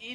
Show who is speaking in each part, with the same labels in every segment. Speaker 1: ¿Y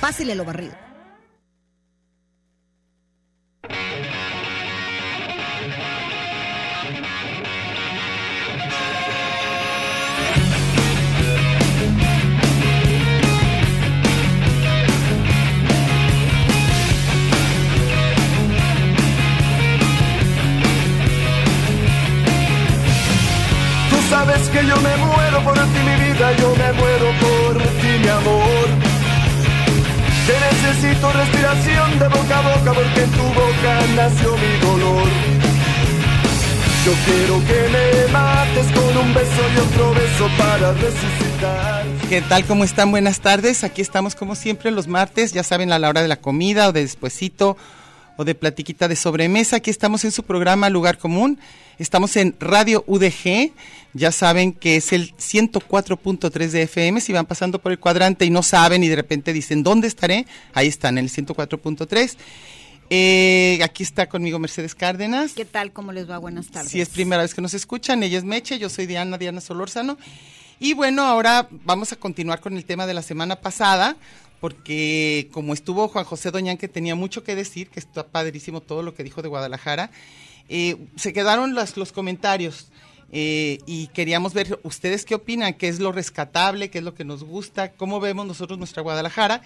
Speaker 2: Pásele lo barrido.
Speaker 3: Tú sabes que yo me muero por ti, mi vida, yo me muero por ti, mi amor. Te necesito respiración de boca a boca porque en tu boca nació mi dolor. Yo quiero que me mates con un beso y otro beso para resucitar.
Speaker 4: ¿Qué tal? ¿Cómo están? Buenas tardes. Aquí estamos como siempre los martes, ya saben, a la hora de la comida o de despuesito o de platiquita de sobremesa. Aquí estamos en su programa Lugar Común. Estamos en Radio UDG. Ya saben que es el 104.3 de FM. Si van pasando por el cuadrante y no saben y de repente dicen, ¿dónde estaré? Ahí están, en el 104.3. Eh, aquí está conmigo Mercedes Cárdenas.
Speaker 2: ¿Qué tal? ¿Cómo les va? Buenas tardes.
Speaker 4: Si es primera vez que nos escuchan, ella es Meche, yo soy Diana, Diana Solórzano. Y bueno, ahora vamos a continuar con el tema de la semana pasada, porque como estuvo Juan José Doñán, que tenía mucho que decir, que está padrísimo todo lo que dijo de Guadalajara, eh, se quedaron las- los comentarios. eh, y queríamos ver ustedes qué opinan, qué es lo rescatable, qué es lo que nos gusta, cómo vemos nosotros nuestra Guadalajara.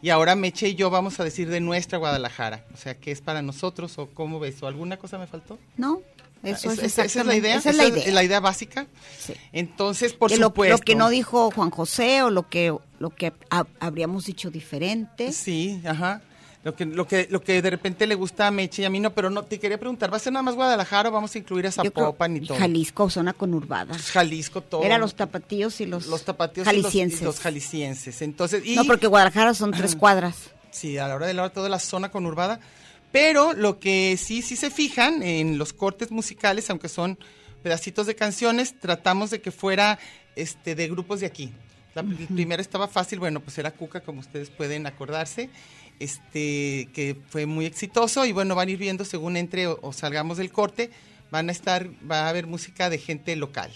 Speaker 4: Y ahora Meche y yo vamos a decir de nuestra Guadalajara, o sea, qué es para nosotros o cómo ves, o alguna cosa me faltó.
Speaker 2: ¿No? Eso es,
Speaker 4: Esa- esa- esa es la
Speaker 2: exactamente-
Speaker 4: idea,
Speaker 2: Esa es la idea.
Speaker 4: básica.
Speaker 2: Sí.
Speaker 4: Entonces, por
Speaker 2: que lo,
Speaker 4: supuesto.
Speaker 2: lo que no dijo Juan José o lo que lo que ha- habríamos dicho diferente.
Speaker 4: Sí, ajá. Lo que, lo, que, lo que de repente le gusta a Meche y a mí no, pero no, te quería preguntar, ¿va a ser nada más Guadalajara o vamos a incluir a
Speaker 2: Yo creo-
Speaker 4: Zapopan y todo?
Speaker 2: Jalisco, zona conurbada.
Speaker 4: Jalisco, todo.
Speaker 2: Era los tapatíos y los,
Speaker 4: Los tapatíos y los-
Speaker 2: jaliscienses.
Speaker 4: Y los, jaliscienses. Entonces, y,
Speaker 2: No, porque Guadalajara son tres cuadras.
Speaker 4: Sí, a la hora de la hora toda la zona conurbada. Pero lo que sí, sí se fijan en los cortes musicales, aunque son pedacitos de canciones, tratamos de que fuera este de grupos de aquí. La pr- primera estaba fácil, bueno, pues era Cuca, como ustedes pueden acordarse, este que fue muy exitoso y bueno, van a ir viendo según entre o, o salgamos del corte, van a estar, va a haber música de gente local.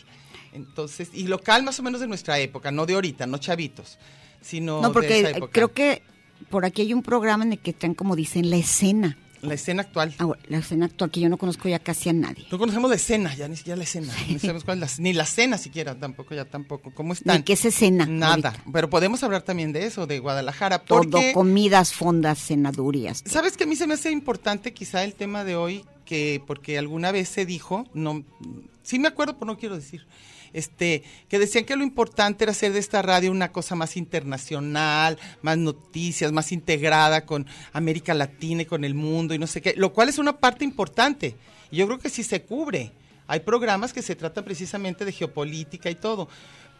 Speaker 4: Entonces, y local más o menos de nuestra época, no de ahorita, no chavitos, sino
Speaker 2: No,
Speaker 4: de
Speaker 2: porque
Speaker 4: esa
Speaker 2: eh,
Speaker 4: época.
Speaker 2: creo que por aquí hay un programa en el que están, como dicen, la escena.
Speaker 4: La escena actual.
Speaker 2: Ahora, la escena actual que yo no conozco ya casi a nadie.
Speaker 4: No conocemos la escena, ya ni siquiera la escena. Ni sabemos cuál es la- ni la cena siquiera, tampoco, ya tampoco. ¿Cómo están?
Speaker 2: Ni qué es escena
Speaker 4: Nada.
Speaker 2: ahorita.
Speaker 4: Pero podemos hablar también de eso, de Guadalajara.
Speaker 2: Todo,
Speaker 4: Porque,
Speaker 2: comidas, fondas, cenadurías. todo.
Speaker 4: ¿sabes que a mí se me hace importante quizá el tema de hoy? que Porque alguna vez se dijo, no, sí me acuerdo, pero no quiero decir, este, que decían que lo importante era hacer de esta radio una cosa más internacional, más noticias, más integrada con América Latina y con el mundo y no sé qué, lo cual es una parte importante. Y yo creo que sí se cubre. Hay programas que se tratan precisamente de geopolítica y todo.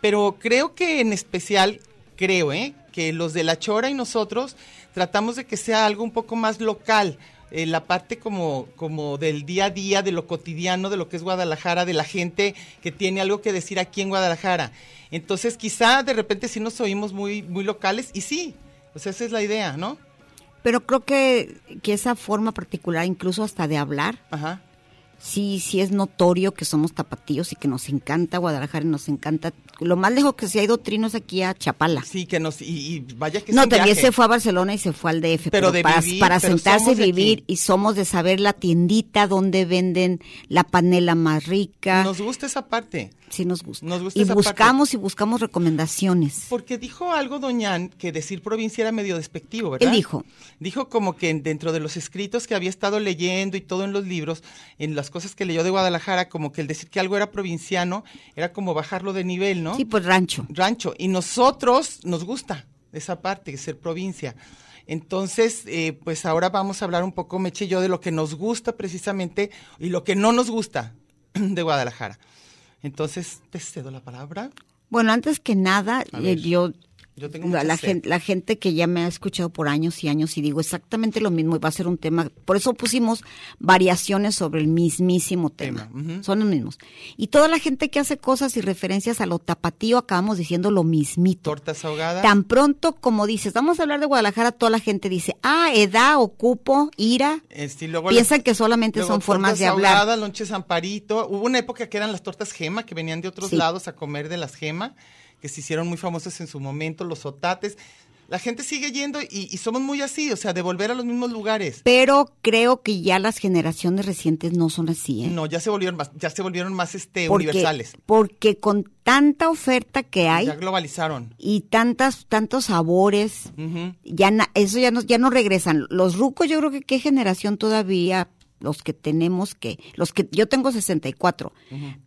Speaker 4: Pero creo que en especial, creo, ¿eh? que los de La Chora y nosotros tratamos de que sea algo un poco más local. eh, la parte como, como del día a día, de lo cotidiano, de lo que es Guadalajara, de la gente que tiene algo que decir aquí en Guadalajara. Entonces, quizá de repente sí nos oímos muy, muy locales, y sí, o sea, esa es la idea, ¿no?
Speaker 2: Pero creo que, que esa forma particular, incluso hasta de hablar,
Speaker 4: Ajá.
Speaker 2: sí, sí es notorio que somos tapatíos y que nos encanta Guadalajara y nos encanta. Lo más lejos que se ha ido Trino es aquí a Chapala.
Speaker 4: Sí, que nos. Y, y vaya que es
Speaker 2: no,
Speaker 4: un
Speaker 2: también
Speaker 4: viaje.
Speaker 2: se fue a Barcelona y se fue al DF.
Speaker 4: Pero de
Speaker 2: para,
Speaker 4: vivir,
Speaker 2: para
Speaker 4: pero
Speaker 2: sentarse y
Speaker 4: somos de
Speaker 2: vivir
Speaker 4: aquí.
Speaker 2: y somos de saber la tiendita donde venden la panela más rica.
Speaker 4: Nos gusta esa parte.
Speaker 2: Sí, nos gusta.
Speaker 4: Nos gusta
Speaker 2: y
Speaker 4: esa parte. Pues,
Speaker 2: buscamos y buscamos recomendaciones.
Speaker 4: Porque dijo algo Doñán que decir provincia era medio despectivo, ¿verdad?
Speaker 2: Él dijo.
Speaker 4: Dijo como que dentro de los escritos que había estado leyendo y todo en los libros, en las cosas que leyó de Guadalajara, como que el decir que algo era provinciano era como bajarlo de nivel, ¿no?
Speaker 2: Sí, pues rancho.
Speaker 4: rancho. Y nosotros nos gusta esa parte, de ser provincia. Entonces, eh, pues ahora vamos a hablar un poco, Meche y yo, de lo que nos gusta precisamente y lo que no nos gusta de Guadalajara. Entonces, te cedo la palabra.
Speaker 2: Bueno, antes que nada,
Speaker 4: A
Speaker 2: eh,
Speaker 4: ver.
Speaker 2: yo,
Speaker 4: Yo tengo
Speaker 2: la,
Speaker 4: mucha
Speaker 2: la
Speaker 4: sed.
Speaker 2: gente, la gente que ya me ha escuchado por años y años y digo exactamente lo mismo y va a ser un tema, por eso pusimos variaciones sobre el mismísimo tema,
Speaker 4: Tema, ujú.
Speaker 2: son los mismos. Y toda la gente que hace cosas y referencias a lo tapatío acabamos diciendo lo mismito.
Speaker 4: Tortas ahogadas.
Speaker 2: Tan pronto como dices, vamos a hablar de Guadalajara, toda la gente dice, ah, edad, ocupo, ira.
Speaker 4: Este, y luego
Speaker 2: Piensan
Speaker 4: las-
Speaker 2: que solamente
Speaker 4: luego
Speaker 2: son formas
Speaker 4: tortas
Speaker 2: de hablar.
Speaker 4: ahogadas, lonches amparito. Hubo una época que eran las tortas gema, que venían de otros
Speaker 2: Sí.
Speaker 4: lados a comer de las gema, que se hicieron muy famosas en su momento, los otates. La gente sigue yendo y, y somos muy así, o sea, de volver a los mismos lugares.
Speaker 2: Pero creo que ya las generaciones recientes no son así, ¿eh?
Speaker 4: No, ya se volvieron más, ya se volvieron más este
Speaker 2: Porque-
Speaker 4: universales.
Speaker 2: Porque con tanta oferta que hay
Speaker 4: Ya globalizaron.
Speaker 2: y tantas tantos sabores,
Speaker 4: Ujú.
Speaker 2: ya na- eso ya no ya no regresan. Los rucos, yo creo que qué generación todavía los que tenemos que los que yo tengo 64,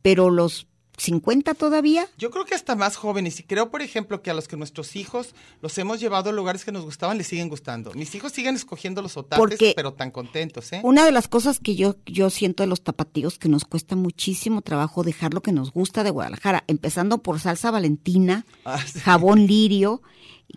Speaker 2: pero los 50 todavía
Speaker 4: Yo creo que hasta más jóvenes, y creo, por ejemplo, que a los que nuestros hijos los hemos llevado a lugares que nos gustaban, les siguen gustando. Mis hijos siguen escogiendo los otates,
Speaker 2: Porque-
Speaker 4: pero tan contentos, ¿eh?
Speaker 2: Una de las cosas que yo, yo siento de los tapatíos que nos cuesta muchísimo trabajo dejar lo que nos gusta de Guadalajara, empezando por salsa valentina,
Speaker 4: Ah, sí.
Speaker 2: jabón lirio,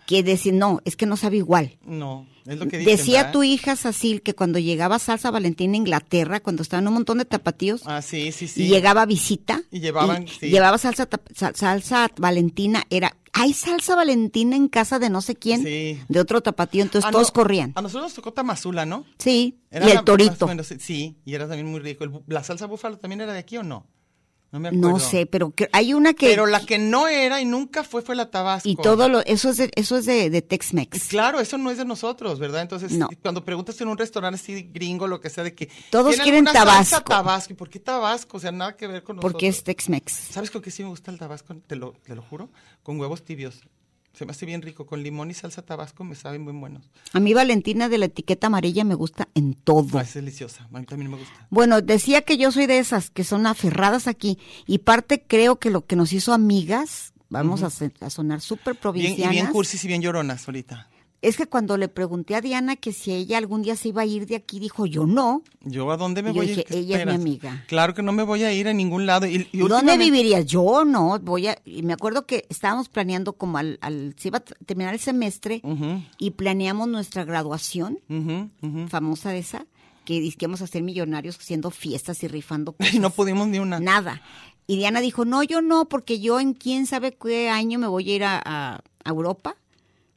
Speaker 2: que decir, no, es que no sabe igual.
Speaker 4: No, es lo que dicen,
Speaker 2: Decía
Speaker 4: ¿verdad?
Speaker 2: tu hija Sacil que cuando llegaba salsa valentina a Inglaterra, cuando estaban un montón de tapatíos,
Speaker 4: Ah, sí, sí, sí.
Speaker 2: y llegaba visita,
Speaker 4: Y llevaban, sí.
Speaker 2: llevaba salsa, tap- sal- salsa valentina, era, hay salsa valentina en casa de no sé quién,
Speaker 4: Sí.
Speaker 2: de otro tapatío, entonces
Speaker 4: Ah,
Speaker 2: todos
Speaker 4: no,
Speaker 2: corrían.
Speaker 4: A nosotros nos tocó Tamazula, ¿no?
Speaker 2: Sí,
Speaker 4: Era
Speaker 2: y
Speaker 4: la-
Speaker 2: el
Speaker 4: más
Speaker 2: torito.
Speaker 4: o menos, sí, y era también muy rico. El bu- ¿La salsa búfalo también era de aquí o no? No me acuerdo.
Speaker 2: No sé, pero que- hay una que...
Speaker 4: Pero la que no era y nunca fue fue la Tabasco.
Speaker 2: Y todo lo... Eso es de, eso es de, de
Speaker 4: Y
Speaker 2: Tex-Mex.
Speaker 4: Claro, eso no es de nosotros, ¿verdad? Entonces,
Speaker 2: No.
Speaker 4: cuando preguntas en un restaurante así gringo, lo que sea, de que.
Speaker 2: Todos
Speaker 4: ¿tiene
Speaker 2: quieren
Speaker 4: alguna salsa
Speaker 2: Tabasco.
Speaker 4: Tabasco. ¿Y por qué Tabasco? O sea, nada que ver con nosotros.
Speaker 2: Porque es Tex-Mex.
Speaker 4: ¿Sabes con qué sí me gusta el Tabasco? Te lo, te lo juro. Con huevos tibios. Se me hace bien rico. Con limón y salsa Tabasco me saben muy buenos.
Speaker 2: A mí Valentina de la etiqueta amarilla me gusta en todo.
Speaker 4: Ah, es deliciosa. A mí también me gusta.
Speaker 2: Bueno, decía que yo soy de esas que son aferradas aquí. Y parte creo que lo que nos hizo amigas, vamos a se- a, sonar súper
Speaker 4: Bien,
Speaker 2: provincianas,
Speaker 4: y bien cursis y bien lloronas ahorita.
Speaker 2: es que cuando le pregunté a Diana que si ella algún día se iba a ir de aquí, dijo yo no.
Speaker 4: ¿Yo a dónde me
Speaker 2: Y yo
Speaker 4: voy a
Speaker 2: dije,
Speaker 4: ir? ¿Qué
Speaker 2: ella es mi
Speaker 4: esperas?
Speaker 2: amiga.
Speaker 4: Claro que no me voy a ir a ningún lado. Y, y
Speaker 2: ¿Dónde
Speaker 4: últimamente-
Speaker 2: vivirías? Yo no, voy a... Y me acuerdo que estábamos planeando como al... al se iba a t- terminar el semestre
Speaker 4: Ujú,
Speaker 2: y planeamos nuestra graduación
Speaker 4: ujú, ujú.
Speaker 2: famosa esa que dice que íbamos a ser millonarios haciendo fiestas y rifando
Speaker 4: Y no pudimos ni una.
Speaker 2: nada. Y Diana dijo, no, yo no, porque yo en quién sabe qué año me voy a ir a, a- a Europa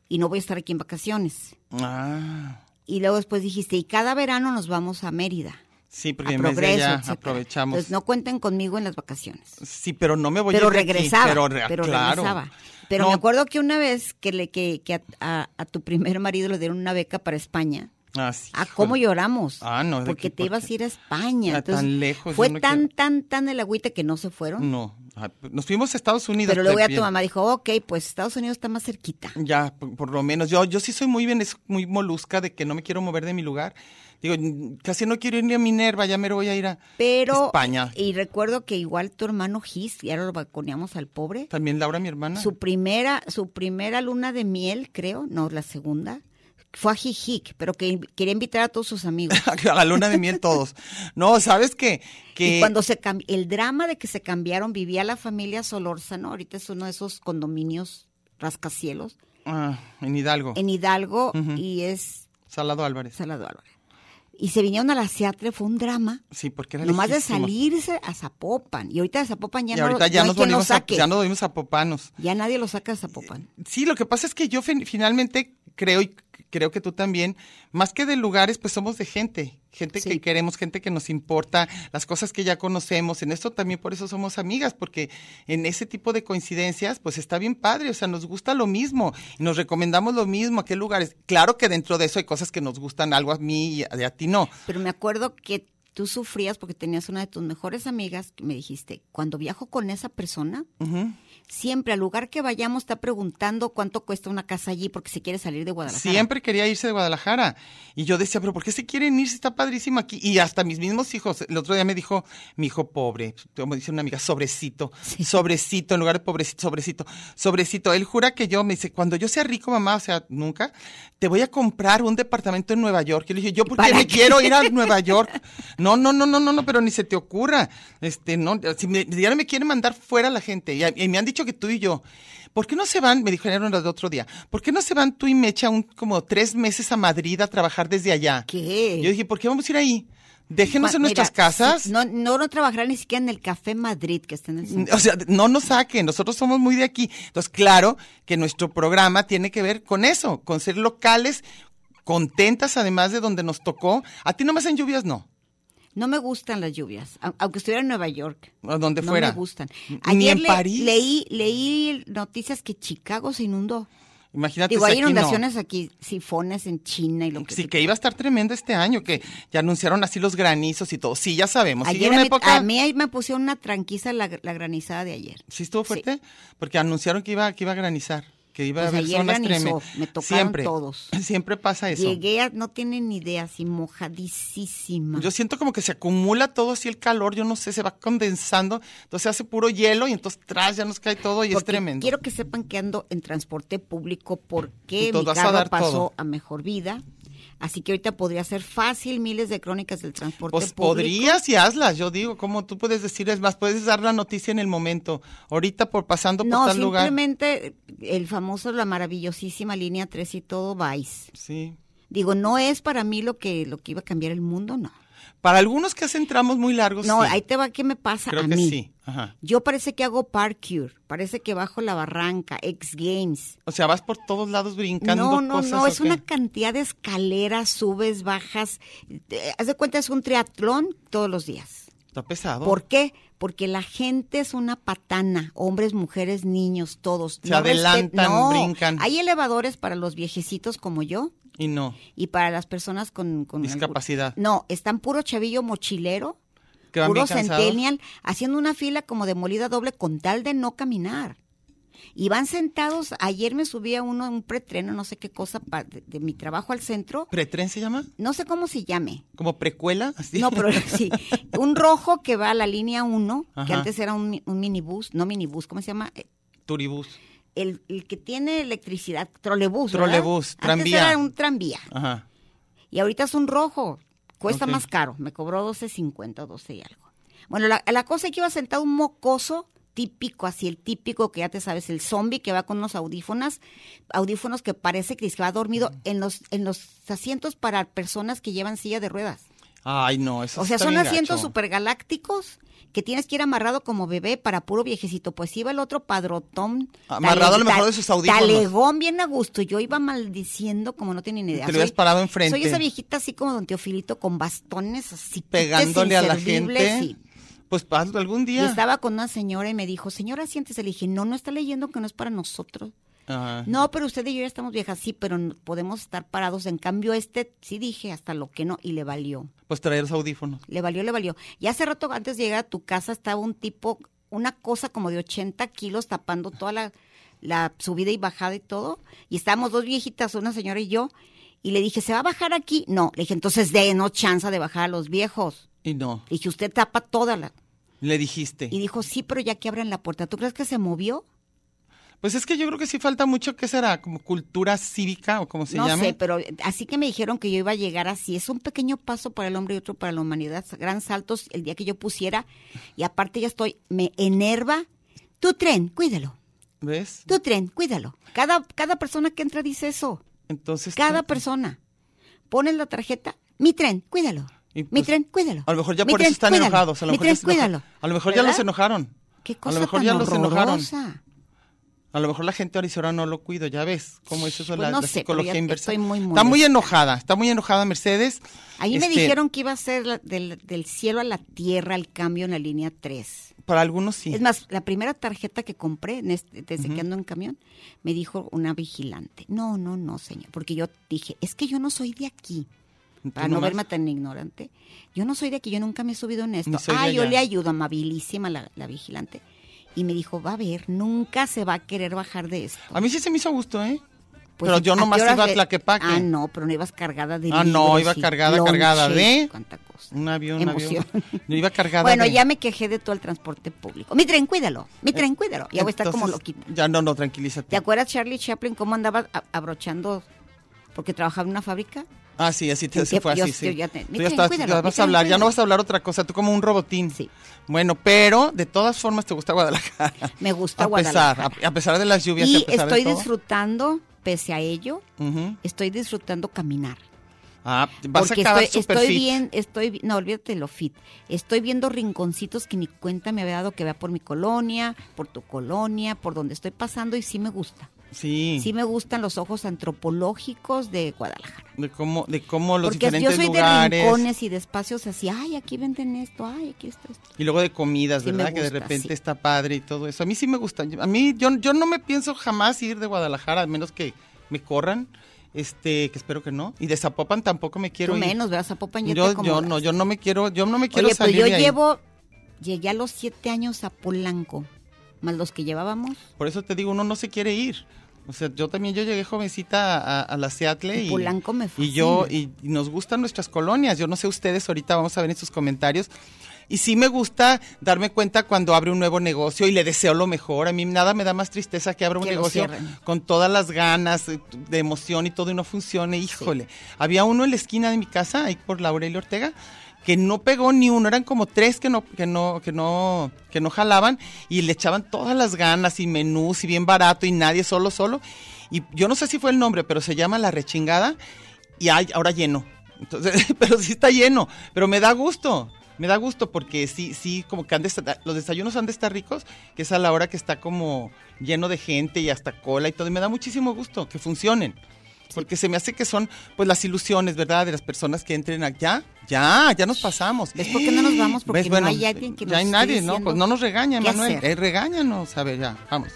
Speaker 2: y no voy a estar aquí en vacaciones.
Speaker 4: Ah.
Speaker 2: Y luego después dijiste, y cada verano nos vamos a Mérida.
Speaker 4: Sí,
Speaker 2: A
Speaker 4: porque en vez de
Speaker 2: progreso,
Speaker 4: allá
Speaker 2: etcétera.
Speaker 4: aprovechamos. Pues
Speaker 2: Entonces no cuenten conmigo en las vacaciones.
Speaker 4: Sí, pero no me voy
Speaker 2: pero
Speaker 4: a ir de aquí,
Speaker 2: regresaba,
Speaker 4: pero,
Speaker 2: pero,
Speaker 4: re- claro.
Speaker 2: regresaba. Pero
Speaker 4: No,
Speaker 2: me acuerdo que una vez que le que, que a, a- a tu primer marido le dieron una beca para España,
Speaker 4: ah, sí,
Speaker 2: Ah,
Speaker 4: híjole.
Speaker 2: cómo lloramos.
Speaker 4: Ah, no, de
Speaker 2: Porque
Speaker 4: que-
Speaker 2: te ibas a ir a España.
Speaker 4: Ah,
Speaker 2: Entonces,
Speaker 4: tan lejos,
Speaker 2: Fue
Speaker 4: yo no
Speaker 2: tan,
Speaker 4: quiero.
Speaker 2: tan, tan el agüite que no se fueron.
Speaker 4: No, ah, nos fuimos a Estados Unidos.
Speaker 2: pero luego ya
Speaker 4: bien.
Speaker 2: tu mamá dijo, ok, pues Estados Unidos está más cerquita.
Speaker 4: Ya, por, por lo menos. Yo, yo sí soy muy bien, es muy molusca de que no me quiero mover de mi lugar. Digo, mm, casi no quiero ir ni a Minerva, ya me voy a ir a
Speaker 2: Pero, eh,
Speaker 4: España.
Speaker 2: y recuerdo que igual tu hermano Gis, y ahora lo balconeamos al pobre,
Speaker 4: También Laura, mi hermana.
Speaker 2: su primera, su primera luna de miel, creo, no, la segunda, fue a Jijic, pero que quería invitar a todos sus amigos.
Speaker 4: a la luna de miel todos. No, ¿sabes qué? Que
Speaker 2: Y cuando se cam- el drama de que se cambiaron, vivía la familia Solórzano, ahorita es uno de esos condominios rascacielos,
Speaker 4: Ah, en Hidalgo,
Speaker 2: en Hidalgo
Speaker 4: Ujú.
Speaker 2: y es
Speaker 4: Salado Álvarez.
Speaker 2: Salado Álvarez. Y se vinieron a la Seatre, fue un drama.
Speaker 4: Sí, porque era
Speaker 2: Nomás de
Speaker 4: lejísimo.
Speaker 2: salirse a Zapopan. Y ahorita de Zapopan ya
Speaker 4: y
Speaker 2: no,
Speaker 4: ahorita
Speaker 2: no
Speaker 4: ya
Speaker 2: hay
Speaker 4: nos
Speaker 2: quien lo
Speaker 4: volvimos a,
Speaker 2: saque.
Speaker 4: ya nos volvimos a Popanos.
Speaker 2: Ya nadie lo saca de Zapopan.
Speaker 4: Sí, lo que pasa es que yo fin- finalmente creo y c- creo que tú también, más que de lugares, pues somos de gente, gente
Speaker 2: Sí.
Speaker 4: que queremos, gente que nos importa, las cosas que ya conocemos. En esto también por eso somos amigas, porque en ese tipo de coincidencias, pues está bien padre, o sea, nos gusta lo mismo, y nos recomendamos lo mismo, a qué lugares. Claro que dentro de eso hay cosas que nos gustan algo a mí y a, y a ti no.
Speaker 2: Pero me acuerdo que tú sufrías porque tenías una de tus mejores amigas que me dijiste, cuando viajo con esa persona,
Speaker 4: Ujú.
Speaker 2: siempre al lugar que vayamos está preguntando cuánto cuesta una casa allí porque se quiere salir de Guadalajara.
Speaker 4: Siempre quería irse de Guadalajara. Y yo decía, pero ¿por qué se quieren ir si está padrísimo aquí? Y hasta mis mismos hijos. El otro día me dijo mi hijo pobre, como dice una amiga, sobrecito,
Speaker 2: Sí.
Speaker 4: sobrecito, en lugar de pobrecito, sobrecito, sobrecito. Él jura que yo, me dice, cuando yo sea rico, mamá, o sea, nunca, te voy a comprar un departamento en Nueva York. Y le dije, yo, ¿por qué
Speaker 2: ¿Para
Speaker 4: me
Speaker 2: qué?
Speaker 4: quiero ir a Nueva York? No, no, no, no, no, no, pero ni se te ocurra. Este, no, si me, ya no me quieren mandar fuera la gente. Y, a- y me han dicho que tú y yo, ¿por qué no se van? Me dijeron el otro día, ¿por qué no se van tú y Mecha un, como tres meses a Madrid a trabajar desde allá?
Speaker 2: ¿Qué?
Speaker 4: Yo dije, ¿por qué vamos a ir ahí? Déjenos en
Speaker 2: Mira,
Speaker 4: nuestras casas.
Speaker 2: No, no, no trabajar ni siquiera en el Café Madrid que está en el centro.
Speaker 4: O sea, no nos saquen, nosotros somos muy de aquí. Entonces, claro que nuestro programa tiene que ver con eso, con ser locales, contentas además de donde nos tocó. A ti nomás en lluvias no,
Speaker 2: No me gustan las lluvias, au- aunque estuviera en Nueva York.
Speaker 4: a donde
Speaker 2: no
Speaker 4: fuera.
Speaker 2: me gustan.
Speaker 4: Ni
Speaker 2: Ayer
Speaker 4: en
Speaker 2: le-
Speaker 4: París.
Speaker 2: leí leí noticias que Chicago se inundó.
Speaker 4: Imagínate
Speaker 2: Digo,
Speaker 4: si
Speaker 2: hay
Speaker 4: aquí no.
Speaker 2: inundaciones aquí, sifones en China y lo que
Speaker 4: Sí,
Speaker 2: tú
Speaker 4: que iba a estar tremendo este año, que ya anunciaron así los granizos y todo. Sí, ya sabemos. sí,
Speaker 2: Ayer
Speaker 4: una
Speaker 2: a mí,
Speaker 4: época-
Speaker 2: a mí ahí me pusieron una tranquiza la, la granizada de ayer.
Speaker 4: Sí, estuvo fuerte, porque anunciaron que iba, que iba a granizar, que iba
Speaker 2: Pues
Speaker 4: a haber
Speaker 2: ayer
Speaker 4: zonas
Speaker 2: granizó,
Speaker 4: tremendas.
Speaker 2: me tocaron
Speaker 4: Siempre,
Speaker 2: todos.
Speaker 4: Siempre pasa eso.
Speaker 2: Llegué a, no tienen ni idea, así mojadísima.
Speaker 4: Yo siento como que se acumula todo así el calor, yo no sé, se va condensando, entonces hace puro hielo y entonces tras ya nos cae todo y es
Speaker 2: Porque
Speaker 4: tremendo.
Speaker 2: Quiero que sepan que ando en transporte público porque
Speaker 4: Entonces
Speaker 2: mi
Speaker 4: vas a
Speaker 2: carro
Speaker 4: dar
Speaker 2: pasó
Speaker 4: todo.
Speaker 2: a mejor vida. Así que ahorita podría ser fácil miles de crónicas del transporte
Speaker 4: Pues
Speaker 2: público.
Speaker 4: podrías y hazlas, yo digo, como tú puedes decir, es más, puedes dar la noticia en el momento, ahorita por pasando por
Speaker 2: No,
Speaker 4: tal lugar.
Speaker 2: simplemente el famoso, la maravillosísima línea 3 y todo, Vice.
Speaker 4: Sí.
Speaker 2: Digo, no es para mí lo que, lo que iba a cambiar el mundo, no.
Speaker 4: Para algunos que hacen tramos muy largos,
Speaker 2: No,
Speaker 4: Pues sí.
Speaker 2: ahí te va, ¿qué me pasa
Speaker 4: creo
Speaker 2: a
Speaker 4: que
Speaker 2: mí?
Speaker 4: sí. Ajá.
Speaker 2: Yo parece que hago parkour, parece que bajo la barranca, X Games.
Speaker 4: O sea, vas por todos lados brincando
Speaker 2: No, no,
Speaker 4: cosas.
Speaker 2: no,
Speaker 4: ¿o
Speaker 2: es
Speaker 4: qué?
Speaker 2: una cantidad de escaleras, subes, bajas. Te- Haz de cuenta, es un triatlón todos los días.
Speaker 4: Está pesado.
Speaker 2: ¿Por qué? Porque la gente es una patana, hombres, mujeres, niños, todos.
Speaker 4: Se
Speaker 2: respet-
Speaker 4: adelantan,
Speaker 2: no.
Speaker 4: brincan.
Speaker 2: Hay elevadores para los viejecitos como yo
Speaker 4: Y no,
Speaker 2: y para las personas con... con algún-
Speaker 4: Discapacidad.
Speaker 2: No, están puro chavillo mochilero,
Speaker 4: que van
Speaker 2: puro
Speaker 4: bien cansados.
Speaker 2: centennial, haciendo una fila como de molida doble con tal de no caminar. Y van sentados, ayer me subí a uno, a un pretreno, no sé qué cosa, pa- de, de mi trabajo al centro,
Speaker 4: ¿Pretren se llama?
Speaker 2: no sé cómo se llame.
Speaker 4: ¿Como precuela? Así.
Speaker 2: No, pero sí, un rojo que va a la línea 1, que
Speaker 4: Ajá.
Speaker 2: antes era un, mi- un minibús, no minibús, ¿cómo se llama? Eh,
Speaker 4: Turibús.
Speaker 2: El, el que tiene electricidad, trolebús. ¿verdad?
Speaker 4: Trolebús,
Speaker 2: Antes
Speaker 4: tranvía.
Speaker 2: era un tranvía.
Speaker 4: Ajá.
Speaker 2: Y ahorita es un rojo. Cuesta
Speaker 4: Ok.
Speaker 2: más caro. Me cobró 12.50 o 12 y algo. Bueno, la, la cosa es que iba sentado un mocoso típico, así el típico que ya te sabes, el zombie que va con unos audífonos, audífonos que parece que va dormido en los, en los asientos para personas que llevan silla de ruedas.
Speaker 4: Ay, no, eso
Speaker 2: O sea,
Speaker 4: está
Speaker 2: son
Speaker 4: bien
Speaker 2: asientos
Speaker 4: gacho.
Speaker 2: supergalácticos que tienes que ir amarrado como bebé para puro viejecito. Pues iba el otro padrotón.
Speaker 4: Amarrado
Speaker 2: tale-
Speaker 4: a lo mejor
Speaker 2: ta-
Speaker 4: de sus audífonos.
Speaker 2: Talegón bien a gusto. Yo iba maldiciendo como no tiene ni idea.
Speaker 4: Te lo hubieras parado enfrente.
Speaker 2: Soy esa viejita así como don Teofilito con bastones así. piques
Speaker 4: Pegándole a la
Speaker 2: inservibles,
Speaker 4: gente.
Speaker 2: sí.
Speaker 4: Pues hazlo algún
Speaker 2: Y
Speaker 4: día.
Speaker 2: estaba con una señora y me dijo, señora, siéntese. Le dije, no, no está leyendo que no es para nosotros.
Speaker 4: Ajá.
Speaker 2: No, pero usted y yo ya estamos viejas, sí, pero no- podemos estar parados. En cambio, este sí dije hasta lo que no y le valió.
Speaker 4: Pues traer los audífonos.
Speaker 2: Le valió, le valió. Y hace rato, antes de llegar a tu casa, estaba un tipo, una cosa como de 80 kilos tapando toda la, la subida y bajada y todo. Y estábamos dos viejitas, una señora y yo. Y le dije, ¿se va a bajar aquí? No. Le dije, entonces de no chance de bajar a los viejos.
Speaker 4: Y no.
Speaker 2: Le dije, usted tapa toda la.
Speaker 4: Le dijiste.
Speaker 2: Y dijo, sí, pero ya que abran la puerta. ¿Tú crees que se movió?
Speaker 4: Pues es que yo creo que sí falta mucho, ¿qué será? Como cultura cívica o como se
Speaker 2: no
Speaker 4: llama.
Speaker 2: sé, pero así que me dijeron que yo iba a llegar así. Es un pequeño paso para el hombre y otro para la humanidad. Gran saltos el día que yo pusiera. Y aparte ya estoy, me enerva. Tu tren, cuídalo.
Speaker 4: ¿Ves?
Speaker 2: Tu tren, cuídalo. Cada, cada persona que entra dice eso.
Speaker 4: Entonces.
Speaker 2: Cada
Speaker 4: tú-
Speaker 2: persona. Pones la tarjeta. Mi tren, cuídalo.
Speaker 4: Y
Speaker 2: mi
Speaker 4: pues,
Speaker 2: tren, cuídalo.
Speaker 4: A lo mejor ya
Speaker 2: Mi
Speaker 4: por
Speaker 2: tren,
Speaker 4: eso están
Speaker 2: cuídalo.
Speaker 4: enojados. A lo
Speaker 2: Mi
Speaker 4: mejor,
Speaker 2: tren,
Speaker 4: ya, se enoja-
Speaker 2: cuídalo.
Speaker 4: A lo mejor ya los
Speaker 2: ¿Verdad?
Speaker 4: enojaron.
Speaker 2: Qué
Speaker 4: a
Speaker 2: cosa
Speaker 4: lo mejor
Speaker 2: tan
Speaker 4: ya los enojaron.
Speaker 2: horrorosa.
Speaker 4: A lo mejor la gente ahora dice, ahora no lo cuido, ya ves cómo es eso de
Speaker 2: Pues
Speaker 4: la,
Speaker 2: no
Speaker 4: la
Speaker 2: sé, pero
Speaker 4: psicología
Speaker 2: ya
Speaker 4: inversa.
Speaker 2: estoy muy
Speaker 4: está muy
Speaker 2: molesta.
Speaker 4: enojada, está muy enojada Mercedes.
Speaker 2: Ahí me
Speaker 4: Este,
Speaker 2: dijeron que iba a ser la- del, del cielo a la tierra el cambio en la línea 3.
Speaker 4: Para algunos sí.
Speaker 2: Es más, la primera tarjeta que compré en este- desde que ando en camión, me dijo una vigilante, no, no, no, señor, porque yo dije, es que yo no soy de aquí. para no
Speaker 4: nomás.
Speaker 2: verme tan ignorante. Yo no soy de aquí, yo nunca me he subido en esto.
Speaker 4: Ni soy de
Speaker 2: Ah, yo
Speaker 4: allá.
Speaker 2: le ayudo, amabilísima la, la vigilante. Y me dijo, va a ver, nunca se va a querer bajar de esto.
Speaker 4: A mí sí se me hizo a gusto, ¿eh?
Speaker 2: Pues,
Speaker 4: pero yo
Speaker 2: qué
Speaker 4: nomás
Speaker 2: horas
Speaker 4: iba a
Speaker 2: ve-
Speaker 4: Tlaquepaque.
Speaker 2: Ah, no, pero no ibas cargada de
Speaker 4: Ah, no,
Speaker 2: libros
Speaker 4: iba
Speaker 2: y
Speaker 4: cargada, cargada
Speaker 2: lonches,
Speaker 4: de-
Speaker 2: cuánta cosa.
Speaker 4: Un avión, un avión.
Speaker 2: Emoción.
Speaker 4: Yo iba cargada.
Speaker 2: Bueno,
Speaker 4: de-
Speaker 2: ya me quejé de todo el transporte público. Mi tren, cuídalo. Mi tren, cuídalo. Ya voy a estar como
Speaker 4: Eh, Entonces,
Speaker 2: loquita.
Speaker 4: Ya no, no, tranquilízate.
Speaker 2: ¿Te acuerdas Charlie Chaplin cómo andaba a- abrochando? Porque trabajaba en una fábrica.
Speaker 4: Ah, sí, así te
Speaker 2: Yo-
Speaker 4: se fue
Speaker 2: yo-
Speaker 4: así,
Speaker 2: yo
Speaker 4: sí.
Speaker 2: ya te-
Speaker 4: Tú
Speaker 2: mi
Speaker 4: ya
Speaker 2: tren,
Speaker 4: estabas-
Speaker 2: cuídalo,
Speaker 4: ya
Speaker 2: mi
Speaker 4: vas a
Speaker 2: tren,
Speaker 4: hablar, ya
Speaker 2: cuídalo.
Speaker 4: no vas a hablar otra cosa, tú como un robotín.
Speaker 2: Sí.
Speaker 4: Bueno, pero de todas formas te gusta Guadalajara.
Speaker 2: Me gusta
Speaker 4: a pesar,
Speaker 2: Guadalajara.
Speaker 4: A, a pesar de las lluvias, y a
Speaker 2: Y
Speaker 4: pesar
Speaker 2: estoy
Speaker 4: de todo.
Speaker 2: disfrutando, pese a ello,
Speaker 4: Ujú.
Speaker 2: estoy disfrutando caminar.
Speaker 4: Ah, vas
Speaker 2: porque
Speaker 4: a acabar
Speaker 2: estoy,
Speaker 4: super
Speaker 2: estoy
Speaker 4: fit.
Speaker 2: bien, estoy, vi- no, olvídate lo fit. Estoy viendo rinconcitos que ni cuenta me había dado que vea por mi colonia, por tu colonia, por donde estoy pasando y sí me gusta.
Speaker 4: Sí.
Speaker 2: Sí me gustan los ojos antropológicos de Guadalajara.
Speaker 4: De cómo, de cómo los
Speaker 2: Porque yo
Speaker 4: diferentes
Speaker 2: soy de
Speaker 4: lugares.
Speaker 2: rincones y de espacios así, ay, aquí venden esto, ay, aquí esto, esto.
Speaker 4: Y luego de comidas,
Speaker 2: Sí me
Speaker 4: ¿verdad? que de
Speaker 2: gusta,
Speaker 4: repente
Speaker 2: sí.
Speaker 4: está padre y todo eso. A mí sí me gusta. A mí, yo, yo no me pienso jamás ir de Guadalajara, a menos que me corran, este, que espero que no. Y de Zapopan tampoco me quiero
Speaker 2: Tú
Speaker 4: ir.
Speaker 2: menos, veas a Zapopan ya te
Speaker 4: yo, yo
Speaker 2: acomodas.
Speaker 4: no, yo no me quiero, yo no me quiero
Speaker 2: Oye, pues
Speaker 4: salir
Speaker 2: yo
Speaker 4: de ahí.
Speaker 2: llevo, llegué a los siete años a Polanco, más los que llevábamos.
Speaker 4: Por eso te digo, uno no se quiere ir. O sea, yo también, yo llegué jovencita a, a la Seattle
Speaker 2: Y
Speaker 4: y,
Speaker 2: Polanco me
Speaker 4: y yo,
Speaker 2: fascina.
Speaker 4: y, y nos gustan nuestras colonias. Yo no sé ustedes, ahorita vamos a ver en sus comentarios. Y sí me gusta darme cuenta cuando abre un nuevo negocio y le deseo lo mejor. A mí nada me da más tristeza que abra un
Speaker 2: Que lo
Speaker 4: negocio
Speaker 2: cierren.
Speaker 4: con todas las ganas eh, de emoción y todo y no funcione. Híjole, había uno en la esquina de mi casa, ahí por Laurel Ortega, que no pegó ni uno, eran como tres que no, que no, que no, que no jalaban y le echaban todas las ganas y menús y bien barato y nadie solo, solo. Y yo no sé si fue el nombre, pero se llama La Rechingada y hay, ahora lleno. Entonces, pero sí está lleno, pero me da gusto. Me da gusto porque sí, sí, como que han de estar- los desayunos han de estar ricos, que es a la hora que está como lleno de gente y hasta cola y todo. Y me da muchísimo gusto que funcionen. Porque se me hace que son pues las ilusiones, ¿verdad? De las personas que entren allá. Ya, ya nos pasamos.
Speaker 2: ¿Ves por qué no nos vamos? Porque
Speaker 4: ¿Ves?
Speaker 2: no hay alguien que
Speaker 4: ya
Speaker 2: nos
Speaker 4: hay
Speaker 2: esté
Speaker 4: nadie, ¿no?
Speaker 2: diciendo
Speaker 4: Pues no nos regaña,
Speaker 2: qué
Speaker 4: Manuel.
Speaker 2: hacer.
Speaker 4: Eh, regáñanos. A ver, ya, vamos.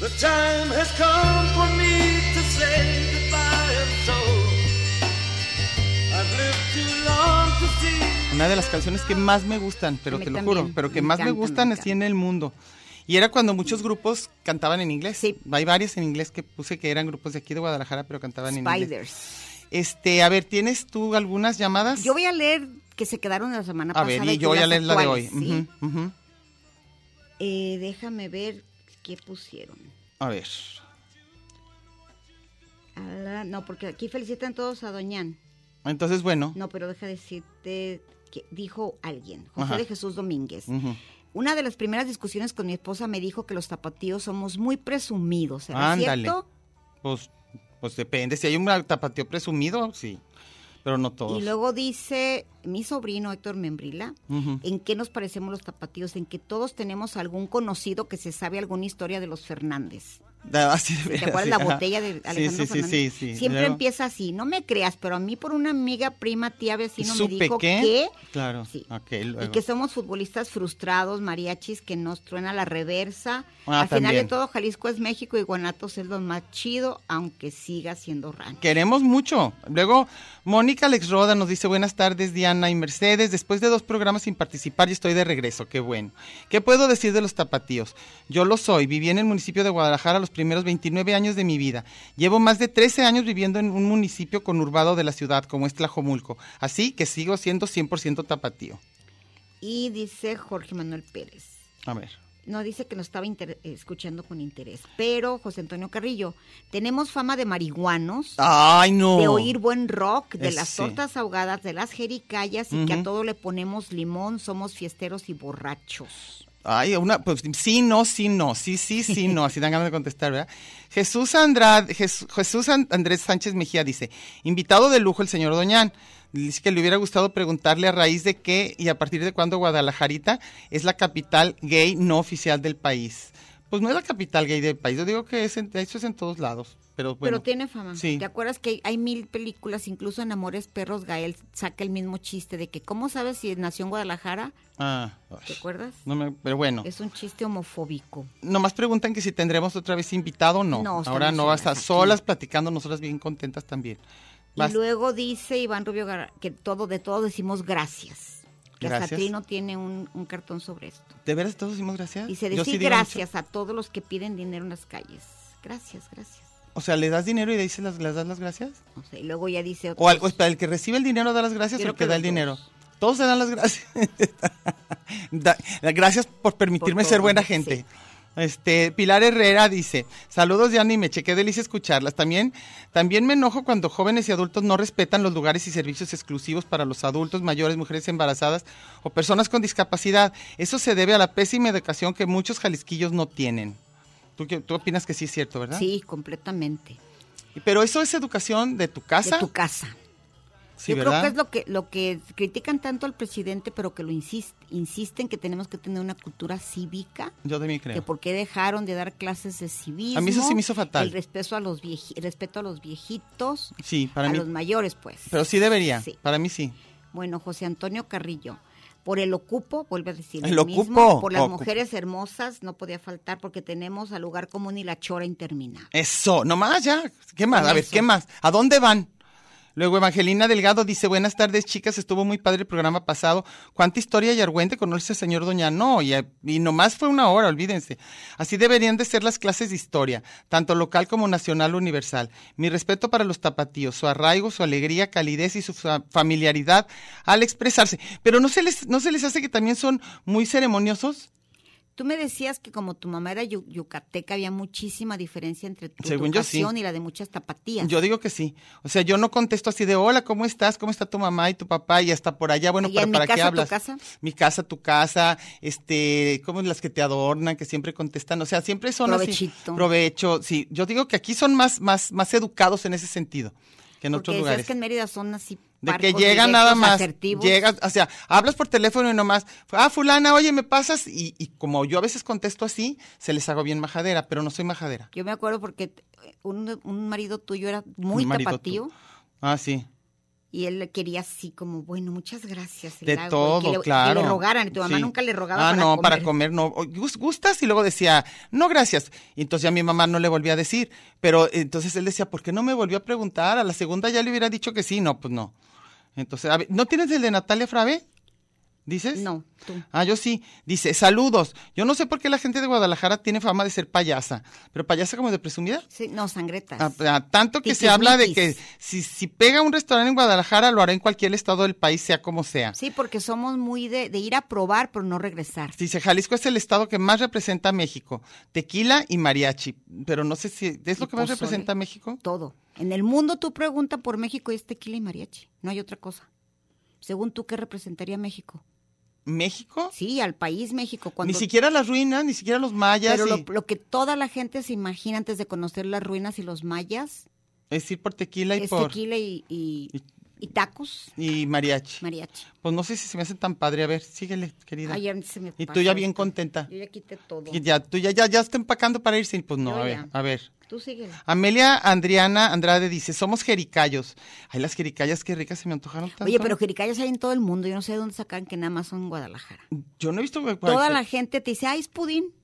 Speaker 3: The time has come for me to say goodbye and so I've lived too long to see
Speaker 4: Una de las canciones que más me gustan, pero
Speaker 2: A mí
Speaker 4: te lo
Speaker 2: también,
Speaker 4: juro, pero que
Speaker 2: me
Speaker 4: más me
Speaker 2: encanta, me
Speaker 4: gustan así en el mundo. Y era cuando muchos grupos cantaban en inglés.
Speaker 2: Sí.
Speaker 4: Hay varios en inglés que puse que eran grupos de aquí de Guadalajara, pero cantaban en inglés.
Speaker 2: Spiders.
Speaker 4: Este, a ver, ¿tienes tú algunas llamadas?
Speaker 2: Yo voy a leer que se quedaron de la semana
Speaker 4: a
Speaker 2: pasada.
Speaker 4: ver,
Speaker 2: y
Speaker 4: y yo voy a
Speaker 2: las
Speaker 4: leer la de hoy.
Speaker 2: actuales, ¿sí?
Speaker 4: Ujú, ujú.
Speaker 2: Eh, déjame ver qué pusieron.
Speaker 4: A ver.
Speaker 2: A la- no, porque aquí felicitan todos a Doñán.
Speaker 4: Entonces, bueno.
Speaker 2: No, pero deja decirte que dijo alguien, José
Speaker 4: Ajá.
Speaker 2: de Jesús Domínguez.
Speaker 4: ujú.
Speaker 2: Una de las primeras discusiones con mi esposa me dijo que los tapatíos somos muy presumidos, ¿será
Speaker 4: Ándale.
Speaker 2: cierto?
Speaker 4: Pues, pues depende. Si hay un tapatío presumido, sí. Pero no todos.
Speaker 2: Y luego dice mi sobrino Héctor Membrila,
Speaker 4: Ujú.
Speaker 2: ¿en qué nos parecemos los tapatíos? En que todos tenemos algún conocido que se sabe alguna historia de los Fernández.
Speaker 4: Da- así de
Speaker 2: ¿Te
Speaker 4: veras,
Speaker 2: acuerdas
Speaker 4: Ah, sí,
Speaker 2: la
Speaker 4: ajá.
Speaker 2: botella de Alejandro
Speaker 4: sí, sí,
Speaker 2: Fernández?
Speaker 4: sí, sí.
Speaker 2: Siempre
Speaker 4: Luego-
Speaker 2: empieza así, no me creas, pero a mí por una amiga, prima, tía, vecino me
Speaker 4: ¿Supe
Speaker 2: dijo
Speaker 4: qué?
Speaker 2: que...
Speaker 4: Claro.
Speaker 2: Sí.
Speaker 4: Ok,
Speaker 2: Y
Speaker 4: luego.
Speaker 2: que somos futbolistas frustrados, mariachis, que nos truena la reversa.
Speaker 4: Ah,
Speaker 2: Al final de
Speaker 4: también.
Speaker 2: todo, Jalisco es México y Guanatos es lo más chido, aunque siga siendo rancho.
Speaker 4: Queremos mucho. Luego, Mónica Alex Roda nos dice buenas tardes, Diana y Mercedes. Después de dos programas sin participar, ya estoy de regreso. Qué bueno. ¿Qué puedo decir de los tapatíos? Yo lo soy. Viví en el municipio de Guadalajara los primeros 29 años de mi vida. Llevo más de 13 años viviendo en un municipio conurbado de la ciudad, como es Tlajomulco. Así que sigo siendo 100% tapatío.
Speaker 2: Y dice Jorge Manuel Pérez.
Speaker 4: A ver.
Speaker 2: No dice que nos estaba inter- escuchando con interés, pero José Antonio Carrillo, tenemos fama de marihuanos,
Speaker 4: Ay, no.
Speaker 2: de oír buen rock, de
Speaker 4: Eh,
Speaker 2: las
Speaker 4: Oh. sí.
Speaker 2: tortas ahogadas, de las jericayas y que a
Speaker 4: Ujú.
Speaker 2: todo le ponemos limón, somos fiesteros y borrachos.
Speaker 4: Ay, una, pues sí, no, sí, no, sí, sí, sí, no, así dan ganas de contestar, ¿verdad? Jesús Andrade, Jes- Jesús An- Andrés Sánchez Mejía dice, invitado de lujo el señor Doñán, dice que le hubiera gustado preguntarle a raíz de qué y a partir de cuándo Guadalajarita es la capital gay no oficial del país. Pues no es la capital gay del país, yo digo que es en- eso es en todos lados, pero bueno.
Speaker 2: Pero tiene fama.
Speaker 4: Sí.
Speaker 2: ¿Te acuerdas que hay, hay mil películas, incluso en Amores Perros, Gael saca el mismo chiste de que, ¿cómo sabes si nació en Guadalajara?
Speaker 4: Ah, ay,
Speaker 2: ¿Te acuerdas?
Speaker 4: no me- pero bueno,
Speaker 2: Es un chiste homofóbico.
Speaker 4: nomás preguntan que si tendremos otra vez invitado o no.
Speaker 2: No,
Speaker 4: Ahora
Speaker 2: estamos
Speaker 4: no, hasta
Speaker 2: solas aquí.
Speaker 4: solas platicando, nosotras bien contentas también. Vas-
Speaker 2: Y luego dice Iván Rubio Gar- que todo de todo decimos gracias. Que hasta
Speaker 4: Gracias.
Speaker 2: Trino tiene un, un cartón sobre esto.
Speaker 4: ¿De veras todos decimos gracias?
Speaker 2: Dice,
Speaker 4: Yo
Speaker 2: decir
Speaker 4: sí digo
Speaker 2: gracias a todos los que piden dinero en las calles. Gracias, gracias.
Speaker 4: mucho. O sea, ¿le das dinero y le dices las, les das las gracias?
Speaker 2: No sé, y luego ya dice...
Speaker 4: O, al- o
Speaker 2: otros,
Speaker 4: espera, ¿el que recibe el dinero da las gracias
Speaker 2: Quiero
Speaker 4: o el que da el
Speaker 2: que los
Speaker 4: dinero?
Speaker 2: dos.
Speaker 4: Todos se dan las gracias. Da- gracias por permitirme
Speaker 2: Por
Speaker 4: ser
Speaker 2: todo,
Speaker 4: buena
Speaker 2: sí.
Speaker 4: gente. Este, Pilar Herrera dice, saludos Diana y me qué delicia escucharlas. También, también me enojo cuando jóvenes y adultos no respetan los lugares y servicios exclusivos para los adultos, mayores, mujeres embarazadas o personas con discapacidad. Eso se debe a la pésima educación que muchos jalisquillos no tienen. Tú, qué- tú opinas que sí es cierto, ¿verdad?
Speaker 2: Sí, completamente.
Speaker 4: Pero eso es educación de tu casa.
Speaker 2: De tu casa.
Speaker 4: sí,
Speaker 2: Yo
Speaker 4: ¿verdad?
Speaker 2: creo que es lo que, lo que critican tanto al presidente, pero que lo insist- insisten que tenemos que tener una cultura cívica,
Speaker 4: Yo también
Speaker 2: que
Speaker 4: creo.
Speaker 2: por qué dejaron de dar clases de civismo.
Speaker 4: A mí eso sí me hizo fatal.
Speaker 2: El respeto a los, vieji- el respeto a los viejitos,
Speaker 4: Sí, para
Speaker 2: a
Speaker 4: mí.
Speaker 2: los mayores, pues.
Speaker 4: Pero sí debería.
Speaker 2: Sí.
Speaker 4: Para mí sí.
Speaker 2: Bueno, José Antonio Carrillo. Por el ocupo, vuelve a decir
Speaker 4: El
Speaker 2: lo
Speaker 4: ocupo,
Speaker 2: mismo, por las
Speaker 4: ocupo.
Speaker 2: mujeres hermosas no podía faltar porque tenemos al lugar común y la chora interminable.
Speaker 4: Eso, nomás ya. ¿Qué más?
Speaker 2: Con
Speaker 4: A ver,
Speaker 2: eso.
Speaker 4: ¿qué más? ¿A dónde van? Luego Evangelina Delgado dice, buenas tardes chicas, estuvo muy padre el programa pasado. ¿Cuánta historia y argüente conoce el señor Doña? No, y, y nomás fue una hora, olvídense. Así deberían de ser las clases de historia, tanto local como nacional universal. Mi respeto para los tapatíos, su arraigo, su alegría, calidez y su fa- familiaridad al expresarse. Pero ¿no se les, no se les hace que también son muy ceremoniosos?
Speaker 2: Tú me decías que como tu mamá era yu- yucateca, había muchísima diferencia entre tu
Speaker 4: Según yo, sí.
Speaker 2: educación y la de muchas tapatías.
Speaker 4: Yo digo que sí. O sea, yo no contesto así de hola, ¿cómo estás? ¿Cómo está tu mamá y tu papá? Y hasta por allá, bueno,
Speaker 2: Allá
Speaker 4: ¿para,
Speaker 2: en mi
Speaker 4: para qué
Speaker 2: casa, tu
Speaker 4: hablas?
Speaker 2: casa.
Speaker 4: Mi casa, tu casa, este, como las que te adornan, que siempre contestan. O sea, siempre son así.
Speaker 2: Provechito.
Speaker 4: Provecho. Sí, yo digo que aquí son más, más, más educados en ese sentido que en
Speaker 2: Porque
Speaker 4: otros
Speaker 2: decías
Speaker 4: lugares.
Speaker 2: que en Mérida son así.
Speaker 4: De que
Speaker 2: parcos,
Speaker 4: llegan
Speaker 2: directos,
Speaker 4: nada más,
Speaker 2: asertivos.
Speaker 4: llegas, o sea, hablas por teléfono y nomás, ah, fulana, oye, me pasas, y, y como yo a veces contesto así, se les hago bien majadera, pero no soy majadera.
Speaker 2: Yo me acuerdo porque t- un, un marido tuyo era muy
Speaker 4: Mi marido, tú.
Speaker 2: tapatío
Speaker 4: Ah, sí.
Speaker 2: y él le quería así como, bueno, muchas gracias. el
Speaker 4: de
Speaker 2: agua, y
Speaker 4: todo,
Speaker 2: que le,
Speaker 4: claro.
Speaker 2: Que le rogaran y tu mamá
Speaker 4: Sí.
Speaker 2: nunca le rogaba
Speaker 4: Ah,
Speaker 2: para
Speaker 4: no,
Speaker 2: comer.
Speaker 4: para comer no. O, "Gus- ¿Gustas? Y luego decía, no, gracias. Y entonces ya mi mamá no le volvía a decir. Pero entonces él decía, ¿por qué no me volvió a preguntar? A la segunda ya le hubiera dicho que sí. No, pues no. Entonces, a ver, ¿no tienes el de Natalia Frabe? ¿Dices?
Speaker 2: No, tú.
Speaker 4: Ah, yo sí. Dice, saludos. Yo no sé por qué la gente de Guadalajara tiene fama de ser payasa, pero payasa como de presumida.
Speaker 2: Sí, no, sangretas.
Speaker 4: Ah, ah, tanto que se habla de que
Speaker 2: Tiquismiquis.
Speaker 4: si, si pega un restaurante en Guadalajara, lo hará en cualquier estado del país, sea como sea.
Speaker 2: Sí, porque somos muy de, de ir a probar, pero no regresar.
Speaker 4: Dice, Jalisco es el estado que más representa a México. Tequila y mariachi. Pero no sé si es lo
Speaker 2: Y
Speaker 4: que más
Speaker 2: pozole.
Speaker 4: representa a México.
Speaker 2: Todo. En el mundo tú pregunta por México y es tequila y mariachi. No hay otra cosa. Según tú, ¿qué representaría México?
Speaker 4: ¿México?
Speaker 2: Sí, al país México. Cuando,
Speaker 4: Ni siquiera las ruinas, ni siquiera los mayas.
Speaker 2: pero
Speaker 4: y-
Speaker 2: lo, lo que toda la gente se imagina antes de conocer las ruinas y los mayas
Speaker 4: Es ir por tequila y
Speaker 2: es
Speaker 4: por
Speaker 2: tequila y, y-
Speaker 4: y-
Speaker 2: y tacos,
Speaker 4: y mariachi.
Speaker 2: mariachi.
Speaker 4: Pues no sé si se me hacen tan padre. A ver, síguele, querida.
Speaker 2: Ayer se me
Speaker 4: y
Speaker 2: pasó
Speaker 4: tú ya bien
Speaker 2: esto.
Speaker 4: contenta.
Speaker 2: Yo ya quité todo.
Speaker 4: Y ya, tú ya, ya, ya está empacando para irse. Pues no,
Speaker 2: Yo
Speaker 4: a ver,
Speaker 2: ya.
Speaker 4: a ver.
Speaker 2: Tú sigue.
Speaker 4: Amelia Andriana Andrade dice, somos jericayos. Ay, las jericayas, qué ricas se me antojaron tanto.
Speaker 2: Oye, pero jericayas hay en todo el mundo. Yo no sé de dónde sacan que nada más son en Guadalajara.
Speaker 4: Yo no he visto...
Speaker 2: Toda la gente te dice, ay, es pudín.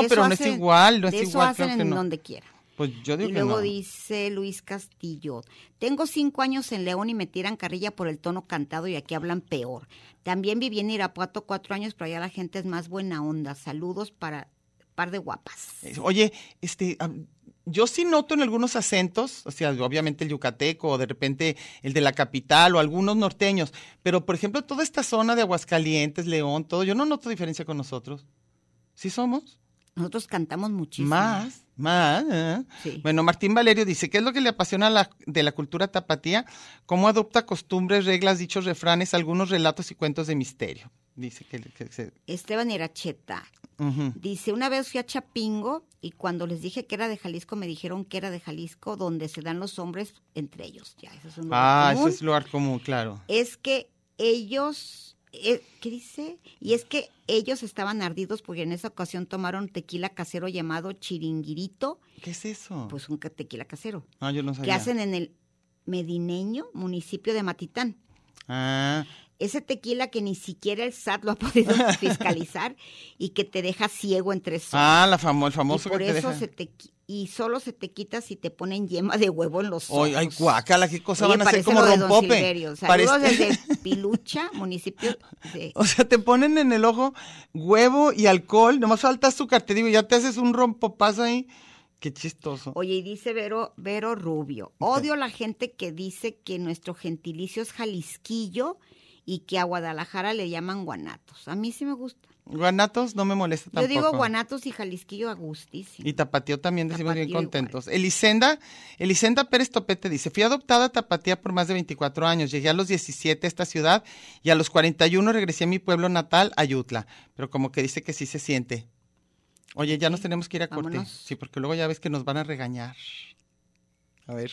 Speaker 2: De eso
Speaker 4: pero no
Speaker 2: hacen-
Speaker 4: es igual, no es
Speaker 2: de eso
Speaker 4: igual.
Speaker 2: hacen
Speaker 4: claro que
Speaker 2: en
Speaker 4: no.
Speaker 2: donde quiera.
Speaker 4: Pues yo digo
Speaker 2: Y
Speaker 4: que
Speaker 2: luego
Speaker 4: no.
Speaker 2: dice Luis Castillo, tengo cinco años en León y me tiran carrilla por el tono cantado y aquí hablan peor. También viví en Irapuato cuatro años, pero allá la gente es más buena onda. Saludos para par de guapas.
Speaker 4: Eh, Oye, este, am- yo sí noto en algunos acentos, o sea, obviamente el yucateco o de repente el de la capital o algunos norteños, pero por ejemplo toda esta zona de Aguascalientes, León, todo, yo no noto diferencia con nosotros. ¿Sí somos?
Speaker 2: Nosotros cantamos muchísimo.
Speaker 4: Más, más. ¿eh?
Speaker 2: Sí.
Speaker 4: Bueno, Martín Valerio dice, ¿qué es lo que le apasiona la- de la cultura tapatía? ¿Cómo adopta costumbres, reglas, dichos refranes, algunos relatos y cuentos de misterio? Dice que... que se-
Speaker 2: Esteban Iracheta
Speaker 4: Ujú.
Speaker 2: dice, una vez fui a Chapingo y cuando les dije que era de Jalisco, me dijeron que era de Jalisco, donde se dan los hombres entre ellos. Ya, eso es un lugar
Speaker 4: Ah, eso
Speaker 2: común.
Speaker 4: es lugar común, claro.
Speaker 2: es que ellos, eh, ¿qué dice? Y es que ellos estaban ardidos porque en esa ocasión tomaron tequila casero llamado chiringuirito,
Speaker 4: ¿Qué es eso?
Speaker 2: pues un ca- tequila casero,
Speaker 4: Ah, yo no
Speaker 2: que
Speaker 4: sabía.
Speaker 2: hacen en el medineño municipio de Matitán.
Speaker 4: Ah,
Speaker 2: Ese tequila que ni siquiera el SAT lo ha podido fiscalizar y que te deja ciego en tres horas.
Speaker 4: ah la famo- el
Speaker 2: y
Speaker 4: famoso
Speaker 2: por
Speaker 4: que te
Speaker 2: eso
Speaker 4: deja.
Speaker 2: se te qui- y solo se te quita si te ponen yema de huevo en los ojos.
Speaker 4: Ay, ay, guácala, qué cosa
Speaker 2: pues, Oye,
Speaker 4: van a
Speaker 2: parece
Speaker 4: hacer como
Speaker 2: lo de don
Speaker 4: rompope.
Speaker 2: Silverio. Saludos
Speaker 4: Parece-
Speaker 2: desde Pilucha, municipio de...
Speaker 4: O sea, te ponen en el ojo huevo y alcohol, nomás falta azúcar, te digo, ya te haces un rompopazo ahí. Qué chistoso.
Speaker 2: Oye, y dice Vero, Vero Rubio, odio la gente que dice que nuestro gentilicio es jalisquillo y que a Guadalajara le llaman guanatos. A mí sí me gusta.
Speaker 4: Guanatos no me molesta tampoco.
Speaker 2: Yo digo guanatos y jalisquillo a gustísimo.
Speaker 4: Y Tapateo también decimos bien
Speaker 2: Tapatío igual.
Speaker 4: contentos. Elisenda, Elisenda Pérez Topete dice, fui adoptada a Tapatía por más de 24 años, llegué a los 17 a esta ciudad y a los 41 regresé a mi pueblo natal, Ayutla, pero como que dice que sí se siente. Oye, ya nos tenemos que ir a corte.
Speaker 2: vámonos.
Speaker 4: Sí, porque luego ya ves que nos van a regañar. A ver.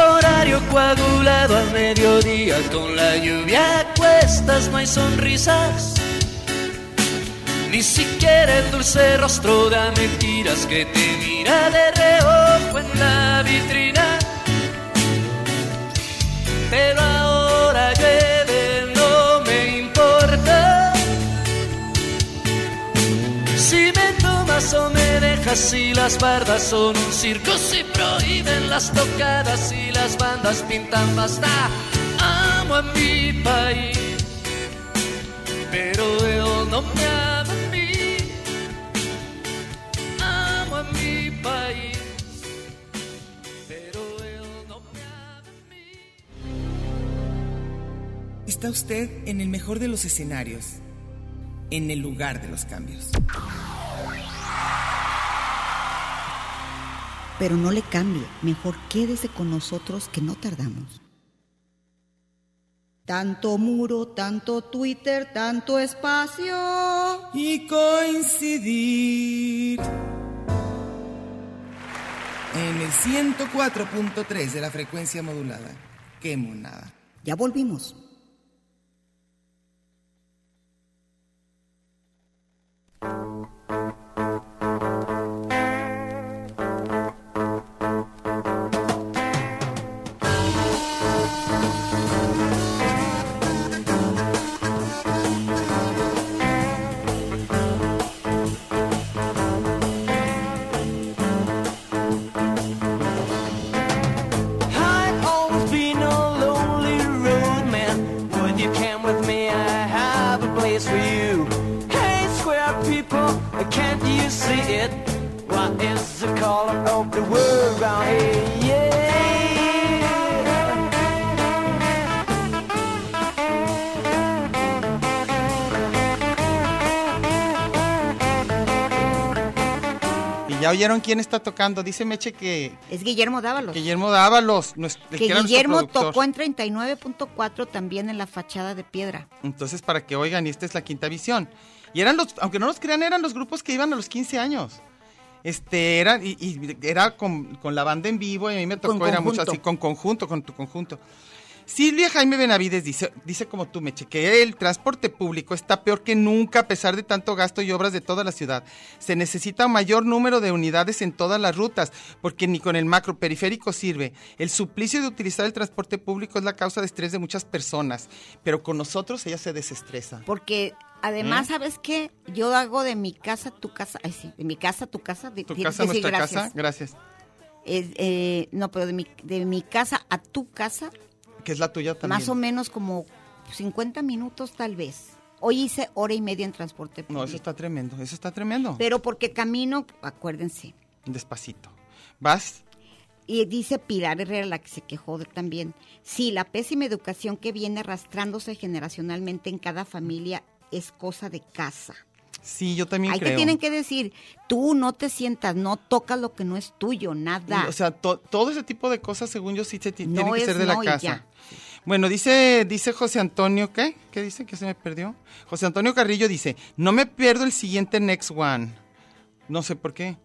Speaker 5: Horario coagulado al mediodía, con la lluvia a cuestas no hay sonrisas. Ni siquiera el dulce rostro de mentiras que te mira de reojo en la vitrina. Pero ahora llueve, no me importa. Si me tomas o me dejas y las bardas son un circo, si prohíben las tocadas y las bandas pintan basta. Amo a mi país, pero él no me ama a mí. Amo a mi país, pero él no me ama a mí.
Speaker 6: Está usted en el mejor de los escenarios, en el lugar de los cambios.
Speaker 7: Pero no le cambie, mejor quédese con nosotros que no tardamos. Tanto muro, tanto Twitter, tanto espacio.
Speaker 6: Y coincidir en el 104.3 de la frecuencia modulada. Qué monada.
Speaker 7: Ya volvimos.
Speaker 5: I've always been a lonely road man. Would you come with me? I have a place for you. Hey, square people, can't you see it? What is the color of the world round here? Yeah.
Speaker 4: Y ya oyeron quién está tocando. Dice Meche que
Speaker 2: Es Guillermo Dávalos.
Speaker 4: Guillermo Dávalos, nues- el
Speaker 2: que
Speaker 4: era nuestro
Speaker 2: Guillermo
Speaker 4: productor.
Speaker 2: tocó en 39.4 también en la fachada de piedra.
Speaker 4: Entonces, para que oigan, y esta es la quinta visión. Y eran los, aunque no nos crean, eran los grupos que iban a los 15 años. Este, era, y, y era con, con la banda en vivo, y a mí me tocó,
Speaker 2: Con
Speaker 4: era mucho
Speaker 2: conjunto.
Speaker 4: así, con conjunto, con tu conjunto. Silvia Jaime Benavides dice, dice como tú, Meche, que el transporte público está peor que nunca a pesar de tanto gasto y obras de toda la ciudad. Se necesita un mayor número de unidades en todas las rutas, porque ni con el macro periférico sirve. El suplicio de utilizar el transporte público es la causa de estrés de muchas personas, pero con nosotros ella se desestresa.
Speaker 2: Porque además,
Speaker 4: ¿Eh?
Speaker 2: ¿sabes qué? Yo hago de mi casa tu casa. Ay, sí, de mi casa tu casa. de-
Speaker 4: Tu
Speaker 2: tienes
Speaker 4: casa,
Speaker 2: que decir
Speaker 4: nuestra
Speaker 2: gracias.
Speaker 4: casa, gracias.
Speaker 2: Es, eh, no, pero de mi, de mi casa a tu casa,
Speaker 4: Que es la tuya también.
Speaker 2: más o menos como 50 minutos tal vez. Hoy hice hora y media en transporte público.
Speaker 4: No, eso está tremendo, eso está tremendo.
Speaker 2: Pero porque camino, acuérdense.
Speaker 4: Despacito. Vas,
Speaker 2: Y dice Pilar Herrera, la que se quejó de- también. Sí, la pésima educación que viene arrastrándose generacionalmente en cada familia es cosa de casa.
Speaker 4: sí, yo también
Speaker 2: Hay
Speaker 4: creo.
Speaker 2: que tienen que decir, tú no te sientas, no tocas lo que no es tuyo, nada.
Speaker 4: O sea, to- todo ese tipo de cosas, según yo, sí se ti-
Speaker 2: No
Speaker 4: tiene que
Speaker 2: es
Speaker 4: ser de la
Speaker 2: no y
Speaker 4: casa.
Speaker 2: ya.
Speaker 4: Bueno, dice, dice José Antonio, ¿qué? ¿Qué dice? ¿Que se me perdió? José Antonio Carrillo dice, no me pierdo el siguiente Next One. No sé por qué.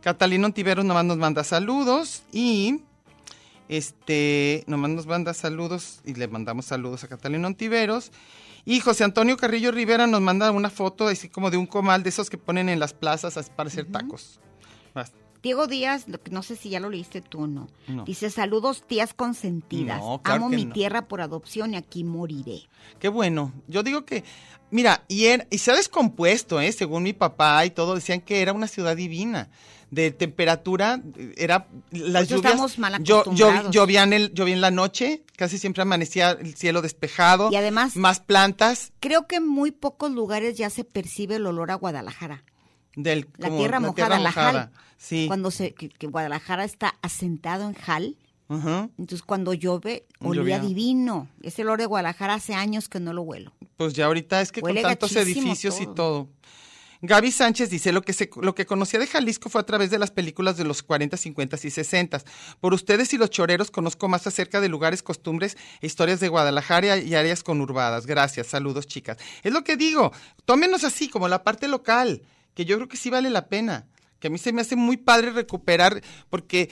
Speaker 4: Catalino Ontiveros nomás nos manda saludos y... Este, nomás nos manda saludos y le mandamos saludos a Catalina Ontiveros. Y José Antonio Carrillo Rivera nos manda una foto así como de un comal de esos que ponen en las plazas as- para hacer tacos. Vas.
Speaker 2: Diego Díaz, lo que- no sé si ya lo leíste tú o no.
Speaker 4: No.
Speaker 2: Dice, saludos tías consentidas.
Speaker 4: No, claro
Speaker 2: Amo
Speaker 4: que
Speaker 2: mi
Speaker 4: no.
Speaker 2: tierra por adopción y aquí moriré.
Speaker 4: Qué bueno. Yo digo que, mira, y, era- y se ha descompuesto, ¿eh? Según mi papá y todo, decían que era una ciudad divina. De temperatura, eh, era las
Speaker 2: Pues ya
Speaker 4: lluvias.
Speaker 2: estamos mal
Speaker 4: llo- llo-
Speaker 2: acostumbrados.
Speaker 4: llovía, en el, llovía en la noche, casi siempre amanecía el cielo despejado.
Speaker 2: Y además-
Speaker 4: Más plantas
Speaker 2: Creo que en muy pocos lugares ya se percibe el olor a Guadalajara.
Speaker 4: del.
Speaker 2: La tierra mojada, la jal.
Speaker 4: Sí.
Speaker 2: Cuando se, que, que Guadalajara está asentado en Jal,
Speaker 4: Ujú.
Speaker 2: entonces cuando llueve, olía
Speaker 4: Llovía.
Speaker 2: divino. Ese olor de Guadalajara hace años que no lo huelo.
Speaker 4: Pues ya ahorita es que
Speaker 2: Huele
Speaker 4: con tantos
Speaker 2: gachísimo
Speaker 4: edificios y
Speaker 2: todo.
Speaker 4: todo. Gaby Sánchez dice, lo que, se, lo que conocía de Jalisco fue a través de las películas de los 40, 50 y 60. Por ustedes y los choreros conozco más acerca de lugares, costumbres e historias de Guadalajara y áreas conurbadas. Gracias, saludos chicas. Es lo que digo, tómenos así como la parte local, que yo creo que sí vale la pena, que a mí se me hace muy padre recuperar, porque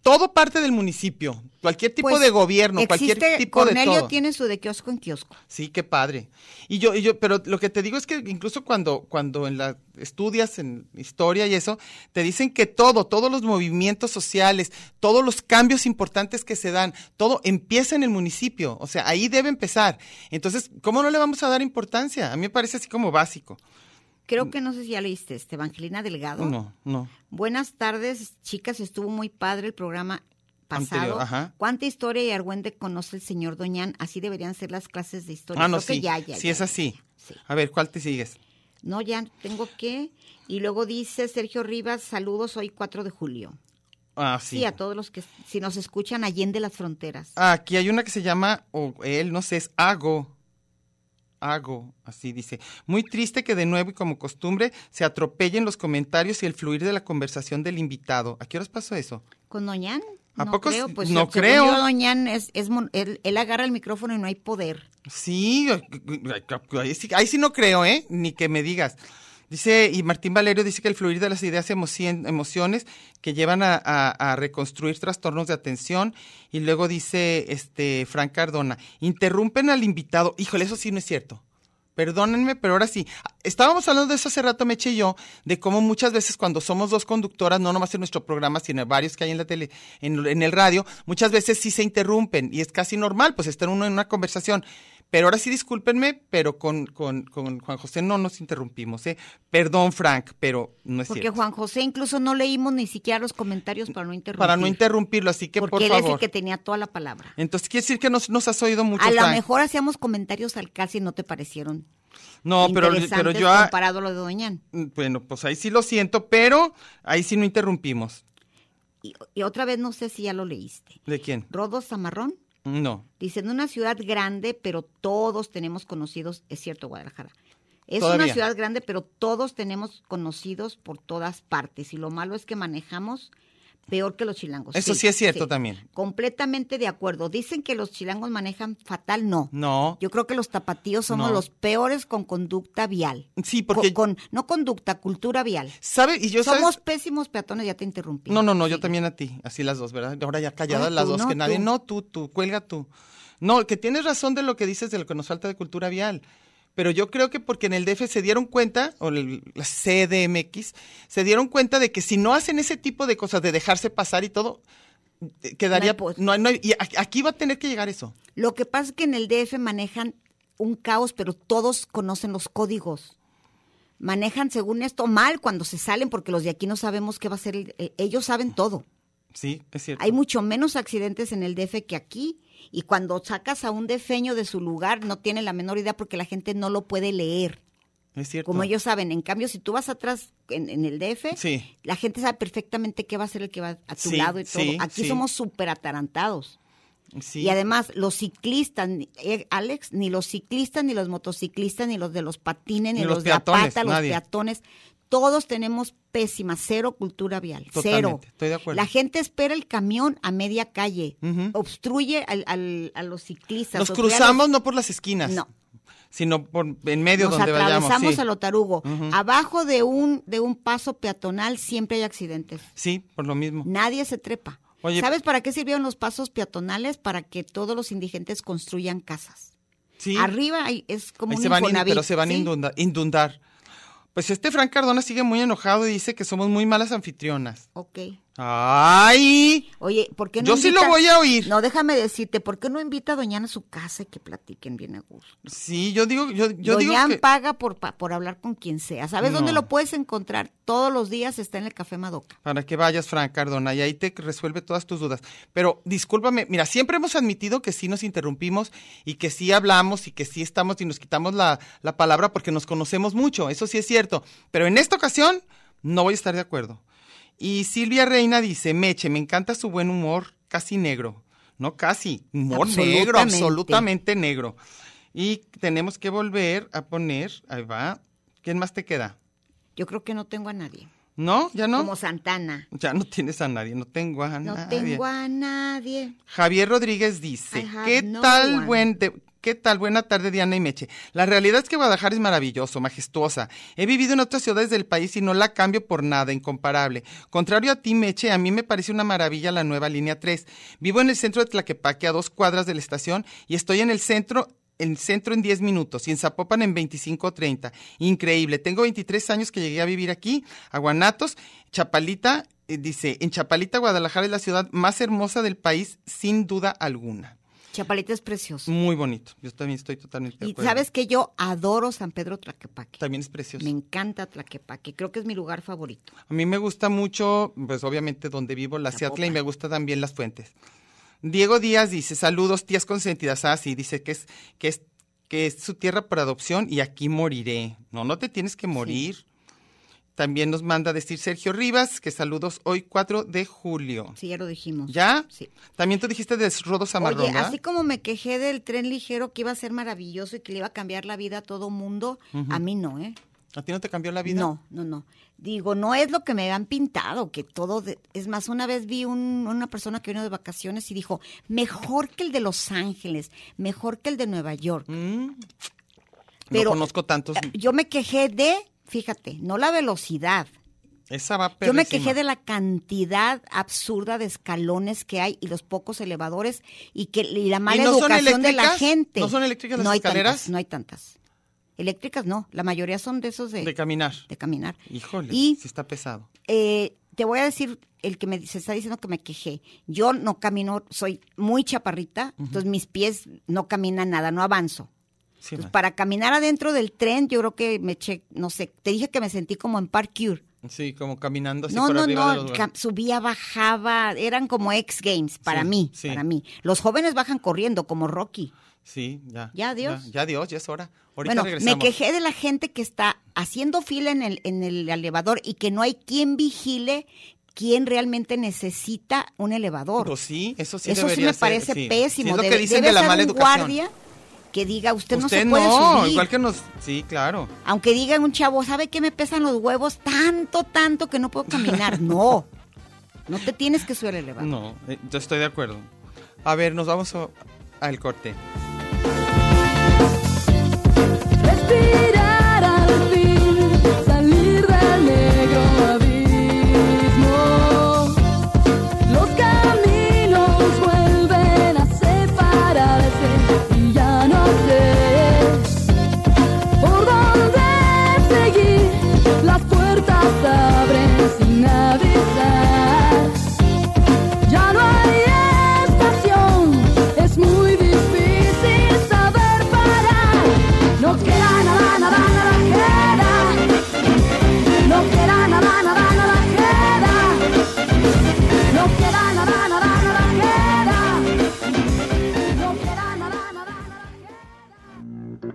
Speaker 4: todo parte del municipio, cualquier tipo
Speaker 2: Pues,
Speaker 4: de gobierno, cualquier
Speaker 2: existe-
Speaker 4: tipo de
Speaker 2: Cornelio
Speaker 4: todo.
Speaker 2: tiene su de kiosco en kiosco.
Speaker 4: Sí, qué padre. Y yo, y yo, pero lo que te digo es que incluso cuando, cuando en la estudias en historia y eso, te dicen que todo, todos los movimientos sociales, todos los cambios importantes que se dan, todo empieza en el municipio. O sea, ahí debe empezar. Entonces, ¿cómo no le vamos a dar importancia? A mí me parece así como básico.
Speaker 2: Creo que no sé si ya leíste, este, Evangelina Delgado.
Speaker 4: Mm. No, no.
Speaker 2: Buenas tardes, chicas. Estuvo muy padre el programa pasado.
Speaker 4: Anterior, ajá.
Speaker 2: ¿Cuánta historia y argüende conoce el señor Doñán? Así deberían ser las clases de historia.
Speaker 4: Ah, no,
Speaker 2: Creo que
Speaker 4: sí.
Speaker 2: ya, ya,
Speaker 4: sí,
Speaker 2: ya,
Speaker 4: es
Speaker 2: ya,
Speaker 4: así.
Speaker 2: ya. Sí.
Speaker 4: A ver, ¿cuál te sigues?
Speaker 2: No, ya tengo que. Y luego dice Sergio Rivas, saludos hoy 4 de julio.
Speaker 4: Ah,
Speaker 2: Sí, a todos los que si nos escuchan allende las fronteras.
Speaker 4: Aquí hay una que se llama, o él, no sé, es Hago. Hago, así dice. Muy triste que de nuevo y como costumbre se atropellen los comentarios y el fluir de la conversación del invitado. ¿A qué horas pasó eso?
Speaker 2: ¿Con Doñán?
Speaker 4: ¿A
Speaker 2: no
Speaker 4: poco
Speaker 2: creo,
Speaker 4: s-
Speaker 2: pues
Speaker 4: no
Speaker 2: según
Speaker 4: creo?
Speaker 2: yo, Doñán es, es mon- él, él agarra el micrófono y no hay poder.
Speaker 4: Sí, ahí sí, ahí sí no creo, ¿eh? Ni que me digas. Dice, y Martín Valerio dice que el fluir de las ideas y emocien- emociones que llevan a, a- a reconstruir trastornos de atención. Y luego dice este Frank Cardona, interrumpen al invitado. Híjole, eso sí no es cierto. Perdónenme, pero ahora sí. Estábamos hablando de eso hace rato, Meche y yo, de cómo muchas veces cuando somos dos conductoras, no nomás en nuestro programa, sino en varios que hay en la tele, en, en el radio, muchas veces sí se interrumpen y es casi normal, pues estar uno en una conversación. Pero ahora sí, discúlpenme, pero con, con, con Juan José no nos interrumpimos, ¿eh? Perdón, Frank, pero no es
Speaker 2: Porque
Speaker 4: cierto.
Speaker 2: Juan José incluso no leímos ni siquiera los comentarios para no interrumpir.
Speaker 4: Para no interrumpirlo, así que
Speaker 2: Porque
Speaker 4: por
Speaker 2: él
Speaker 4: favor.
Speaker 2: es el que tenía toda la palabra.
Speaker 4: Entonces quiere decir que nos, nos has oído mucho,
Speaker 2: a lo
Speaker 4: Frank.
Speaker 2: mejor hacíamos comentarios al casi no te parecieron
Speaker 4: no, pero, pero
Speaker 2: interesantes
Speaker 4: yo... a-
Speaker 2: comparado a lo de Doñan.
Speaker 4: Bueno, pues ahí sí lo siento, pero ahí sí no interrumpimos.
Speaker 2: Y, y otra vez no sé si ya lo leíste.
Speaker 4: ¿De quién?
Speaker 2: Rodo Zamarrón
Speaker 4: No.
Speaker 2: dice, en una ciudad grande, pero todos tenemos conocidos, es cierto, Guadalajara. Es
Speaker 4: Todavía.
Speaker 2: una ciudad grande, pero todos tenemos conocidos por todas partes. Y lo malo es que manejamos peor que los chilangos.
Speaker 4: Eso sí es cierto también.
Speaker 2: Completamente de acuerdo. Dicen que los chilangos manejan fatal, no.
Speaker 4: No.
Speaker 2: Yo creo que los tapatíos somos
Speaker 4: Mm. No.
Speaker 2: los peores con conducta vial.
Speaker 4: Sí, porque-
Speaker 2: Con, con- no conducta, cultura vial.
Speaker 4: ¿Sabe? Y yo
Speaker 2: Somos
Speaker 4: ¿sabes?
Speaker 2: pésimos peatones, ya te interrumpí.
Speaker 4: No, no, no, yo
Speaker 2: Sí.
Speaker 4: también a ti. Así las dos, ¿verdad? Ahora ya calladas
Speaker 2: Ay,
Speaker 4: las
Speaker 2: tú,
Speaker 4: dos,
Speaker 2: no,
Speaker 4: que nadie.
Speaker 2: tú.
Speaker 4: No, tú, tú, cuelga tú. No, que tienes razón de lo que dices de lo que nos falta de cultura vial. Pero yo creo que porque en el DF se dieron cuenta, o el- la CDMX, se dieron cuenta de que si no hacen ese tipo de cosas, de dejarse pasar y todo, eh, quedaría.
Speaker 2: No hay pos-
Speaker 4: No, hay- no hay- y a- aquí va a tener que llegar eso.
Speaker 2: Lo que pasa es que en el DF manejan un caos, pero todos conocen los códigos. Manejan según esto mal cuando se salen, porque los de aquí no sabemos qué va a ser. el- eh, ellos saben todo.
Speaker 4: Sí, es cierto.
Speaker 2: Hay mucho menos accidentes en el DF que aquí. Y cuando sacas a un defeño de su lugar, no tiene la menor idea porque la gente no lo puede leer.
Speaker 4: es cierto.
Speaker 2: Como ellos saben, en cambio, si tú vas atrás en, en el DF,
Speaker 4: Sí.
Speaker 2: la gente sabe perfectamente qué va a ser el que va a tu
Speaker 4: Sí,
Speaker 2: lado y todo.
Speaker 4: sí,
Speaker 2: Aquí
Speaker 4: sí.
Speaker 2: somos súper atarantados.
Speaker 4: Sí.
Speaker 2: Y además, los ciclistas, ni- eh, Alex, ni los ciclistas, ni los motociclistas, ni los de los patines, ni,
Speaker 4: Ni los
Speaker 2: los, de a
Speaker 4: peatones,
Speaker 2: pata, los
Speaker 4: nadie.
Speaker 2: peatones, todos tenemos pésima, cero cultura vial, cero.
Speaker 4: Totalmente, estoy de acuerdo.
Speaker 2: La gente espera el camión a media calle,
Speaker 4: Ujú.
Speaker 2: obstruye al- al- a los ciclistas.
Speaker 4: Nos
Speaker 2: obstruye a los-
Speaker 4: cruzamos no por las esquinas,
Speaker 2: No.
Speaker 4: sino por en medio
Speaker 2: Nos
Speaker 4: donde
Speaker 2: atravesamos
Speaker 4: vayamos. Sí.
Speaker 2: a lo tarugo. Abajo de un, de un paso peatonal siempre hay accidentes.
Speaker 4: Sí, por lo mismo.
Speaker 2: Nadie se trepa.
Speaker 4: Oye-
Speaker 2: ¿Sabes para qué sirvieron los pasos peatonales? Para que todos los indigentes construyan casas.
Speaker 4: Sí,
Speaker 2: Arriba hay- es como
Speaker 4: ahí
Speaker 2: un
Speaker 4: se van, in-
Speaker 2: Infonavit,
Speaker 4: pero se van a
Speaker 2: ¿sí?
Speaker 4: inunda- inundar. Pues este Frank Cardona sigue muy enojado y dice que somos muy malas anfitrionas.
Speaker 2: Ok.
Speaker 4: ¡Ay!
Speaker 2: Oye, ¿por qué no
Speaker 4: Yo sí lo voy a oír.
Speaker 2: No, déjame decirte, ¿por qué no invita a Doñana a su casa y que platiquen bien a gusto?
Speaker 4: Sí, yo digo, yo, yo digo
Speaker 2: Doñana
Speaker 4: que-
Speaker 2: paga por, pa- por hablar con quien sea. ¿Sabes dónde
Speaker 4: No.
Speaker 2: lo puedes encontrar? Todos los días está en el Café Madoka.
Speaker 4: Para que vayas, Frank Cardona, y ahí te resuelve todas tus dudas. Pero discúlpame, mira, siempre hemos admitido que sí nos interrumpimos y que sí hablamos y que sí estamos y nos quitamos la, la palabra porque nos conocemos mucho, eso sí es cierto. Pero en esta ocasión no voy a estar de acuerdo. Y Silvia Reina dice, Meche, me encanta su buen humor, casi negro. No casi, humor negro,
Speaker 2: Absolutamente.
Speaker 4: absolutamente negro. Y tenemos que volver a poner, ahí va, ¿quién más te queda?
Speaker 2: Yo creo que no tengo a nadie.
Speaker 4: ¿No? ¿Ya no?
Speaker 2: Como Santana.
Speaker 4: Ya no tienes a nadie, no tengo a
Speaker 2: No
Speaker 4: nadie.
Speaker 2: tengo a nadie.
Speaker 4: Javier Rodríguez dice,
Speaker 2: I have
Speaker 4: ¿qué
Speaker 2: no
Speaker 4: tal
Speaker 2: one".
Speaker 4: buen de- ¿Qué tal? Buena tarde, Diana y Meche. La realidad es que Guadalajara es maravilloso, majestuosa. He vivido en otras ciudades del país y no la cambio por nada, incomparable. Contrario a ti, Meche, a mí me parece una maravilla la nueva línea 3. Vivo en el centro de Tlaquepaque, a dos cuadras de la estación, y estoy en el centro el centro en 10 minutos y en Zapopan en 25 o 30. Increíble. Tengo 23 años que llegué a vivir aquí, a Guanatos, Chapalita. eh, Dice, en Chapalita, Guadalajara es la ciudad más hermosa del país, sin duda alguna.
Speaker 2: Chapalita es precioso.
Speaker 4: Muy bonito. Yo también estoy totalmente Mm, de
Speaker 2: Y
Speaker 4: acuerdo.
Speaker 2: sabes que yo adoro San Pedro Tlaquepaque.
Speaker 4: También es precioso.
Speaker 2: Me encanta Tlaquepaque. Creo que es mi lugar favorito.
Speaker 4: A mí me gusta mucho, pues obviamente donde vivo, la
Speaker 2: Zapopan.
Speaker 4: Seattle, y me gusta también las fuentes. Diego Díaz dice, saludos, tías consentidas. Ah, sí, dice que es, que es, que es su tierra por adopción y aquí moriré. No, no te tienes que morir. También nos manda a decir Sergio Rivas que saludos hoy 4 de julio.
Speaker 2: Sí, ya lo dijimos.
Speaker 4: ¿Ya?
Speaker 2: Sí.
Speaker 4: También tú dijiste de Rodo Zamarrón,
Speaker 2: Oye,
Speaker 4: ¿verdad?
Speaker 2: así como me quejé del tren ligero que iba a ser maravilloso y que le iba a cambiar la vida a todo mundo, a mí no, ¿eh?
Speaker 4: ¿A ti no te cambió la vida?
Speaker 2: No, no, no. Digo, no es lo que me han pintado, que todo... de- Es más, una vez vi un- una persona que vino de vacaciones y dijo, mejor que el de Los Ángeles, mejor que el de Nueva York.
Speaker 4: Mm, no
Speaker 2: Pero-
Speaker 4: conozco tantos.
Speaker 2: Eh, Yo me quejé de fíjate, no la velocidad.
Speaker 4: Esa va
Speaker 2: Yo me quejé de la cantidad absurda de escalones que hay y los pocos elevadores y que y la mala
Speaker 4: no son
Speaker 2: educación de la
Speaker 4: eléctricas?
Speaker 2: gente.
Speaker 4: ¿No son eléctricas las
Speaker 2: No hay
Speaker 4: escaleras?
Speaker 2: tantas, no hay tantas. Eléctricas no, la mayoría son de esos de,
Speaker 4: De caminar.
Speaker 2: de caminar.
Speaker 4: Híjole,
Speaker 2: Y-
Speaker 4: sí está pesado.
Speaker 2: Eh, te voy a decir el que me se está diciendo que me quejé. Yo no camino, soy muy chaparrita, entonces mis pies no caminan nada, no avanzo.
Speaker 4: Sí,
Speaker 2: Entonces,
Speaker 4: ma.
Speaker 2: para caminar adentro del tren, yo creo que me eché, no sé, te dije que me sentí como en parkour.
Speaker 4: Sí, como caminando así
Speaker 2: No,
Speaker 4: por
Speaker 2: no,
Speaker 4: arriba de
Speaker 2: no,
Speaker 4: los
Speaker 2: ca- subía, bajaba, eran como X Games para
Speaker 4: Sí,
Speaker 2: mí,
Speaker 4: sí.
Speaker 2: para mí. Los jóvenes bajan corriendo como Rocky.
Speaker 4: Sí, ya.
Speaker 2: Ya, adiós.
Speaker 4: Ya, ya, adiós, ya es hora. Ahorita
Speaker 2: bueno,
Speaker 4: regresamos.
Speaker 2: me quejé de la gente que está haciendo fila en el, en el elevador y que no hay quien vigile quién realmente necesita un elevador.
Speaker 4: Pues sí, eso sí
Speaker 2: Eso sí
Speaker 4: debería
Speaker 2: me
Speaker 4: ser,
Speaker 2: parece
Speaker 4: sí.
Speaker 2: pésimo.
Speaker 4: Sí, es lo
Speaker 2: Debe,
Speaker 4: que dicen
Speaker 2: debe
Speaker 4: de la
Speaker 2: ser
Speaker 4: mala
Speaker 2: un
Speaker 4: educación.
Speaker 2: guardia que diga, usted, no
Speaker 4: Usted
Speaker 2: se puede
Speaker 4: no,
Speaker 2: subir.
Speaker 4: igual que nos... Sí, claro.
Speaker 2: Aunque diga un chavo, ¿sabe qué me pesan los huevos tanto, tanto que no puedo caminar? No. No te tienes que subir al elevador.
Speaker 4: No, eh, yo estoy de acuerdo. A ver, nos vamos a- al corte.
Speaker 8: Respirar al fin, salir del negro abismo. Los caminos vuelven a separarse y ya no sé por dónde seguir. Las puertas abren sin avisar. Ya no hay estación, es muy difícil saber parar. No queda nada, nada, nada queda. No queda nada, nada, nada queda. No queda nada, nada, nada queda. No queda nada, nada, nada queda.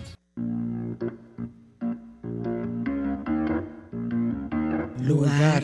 Speaker 9: Lugar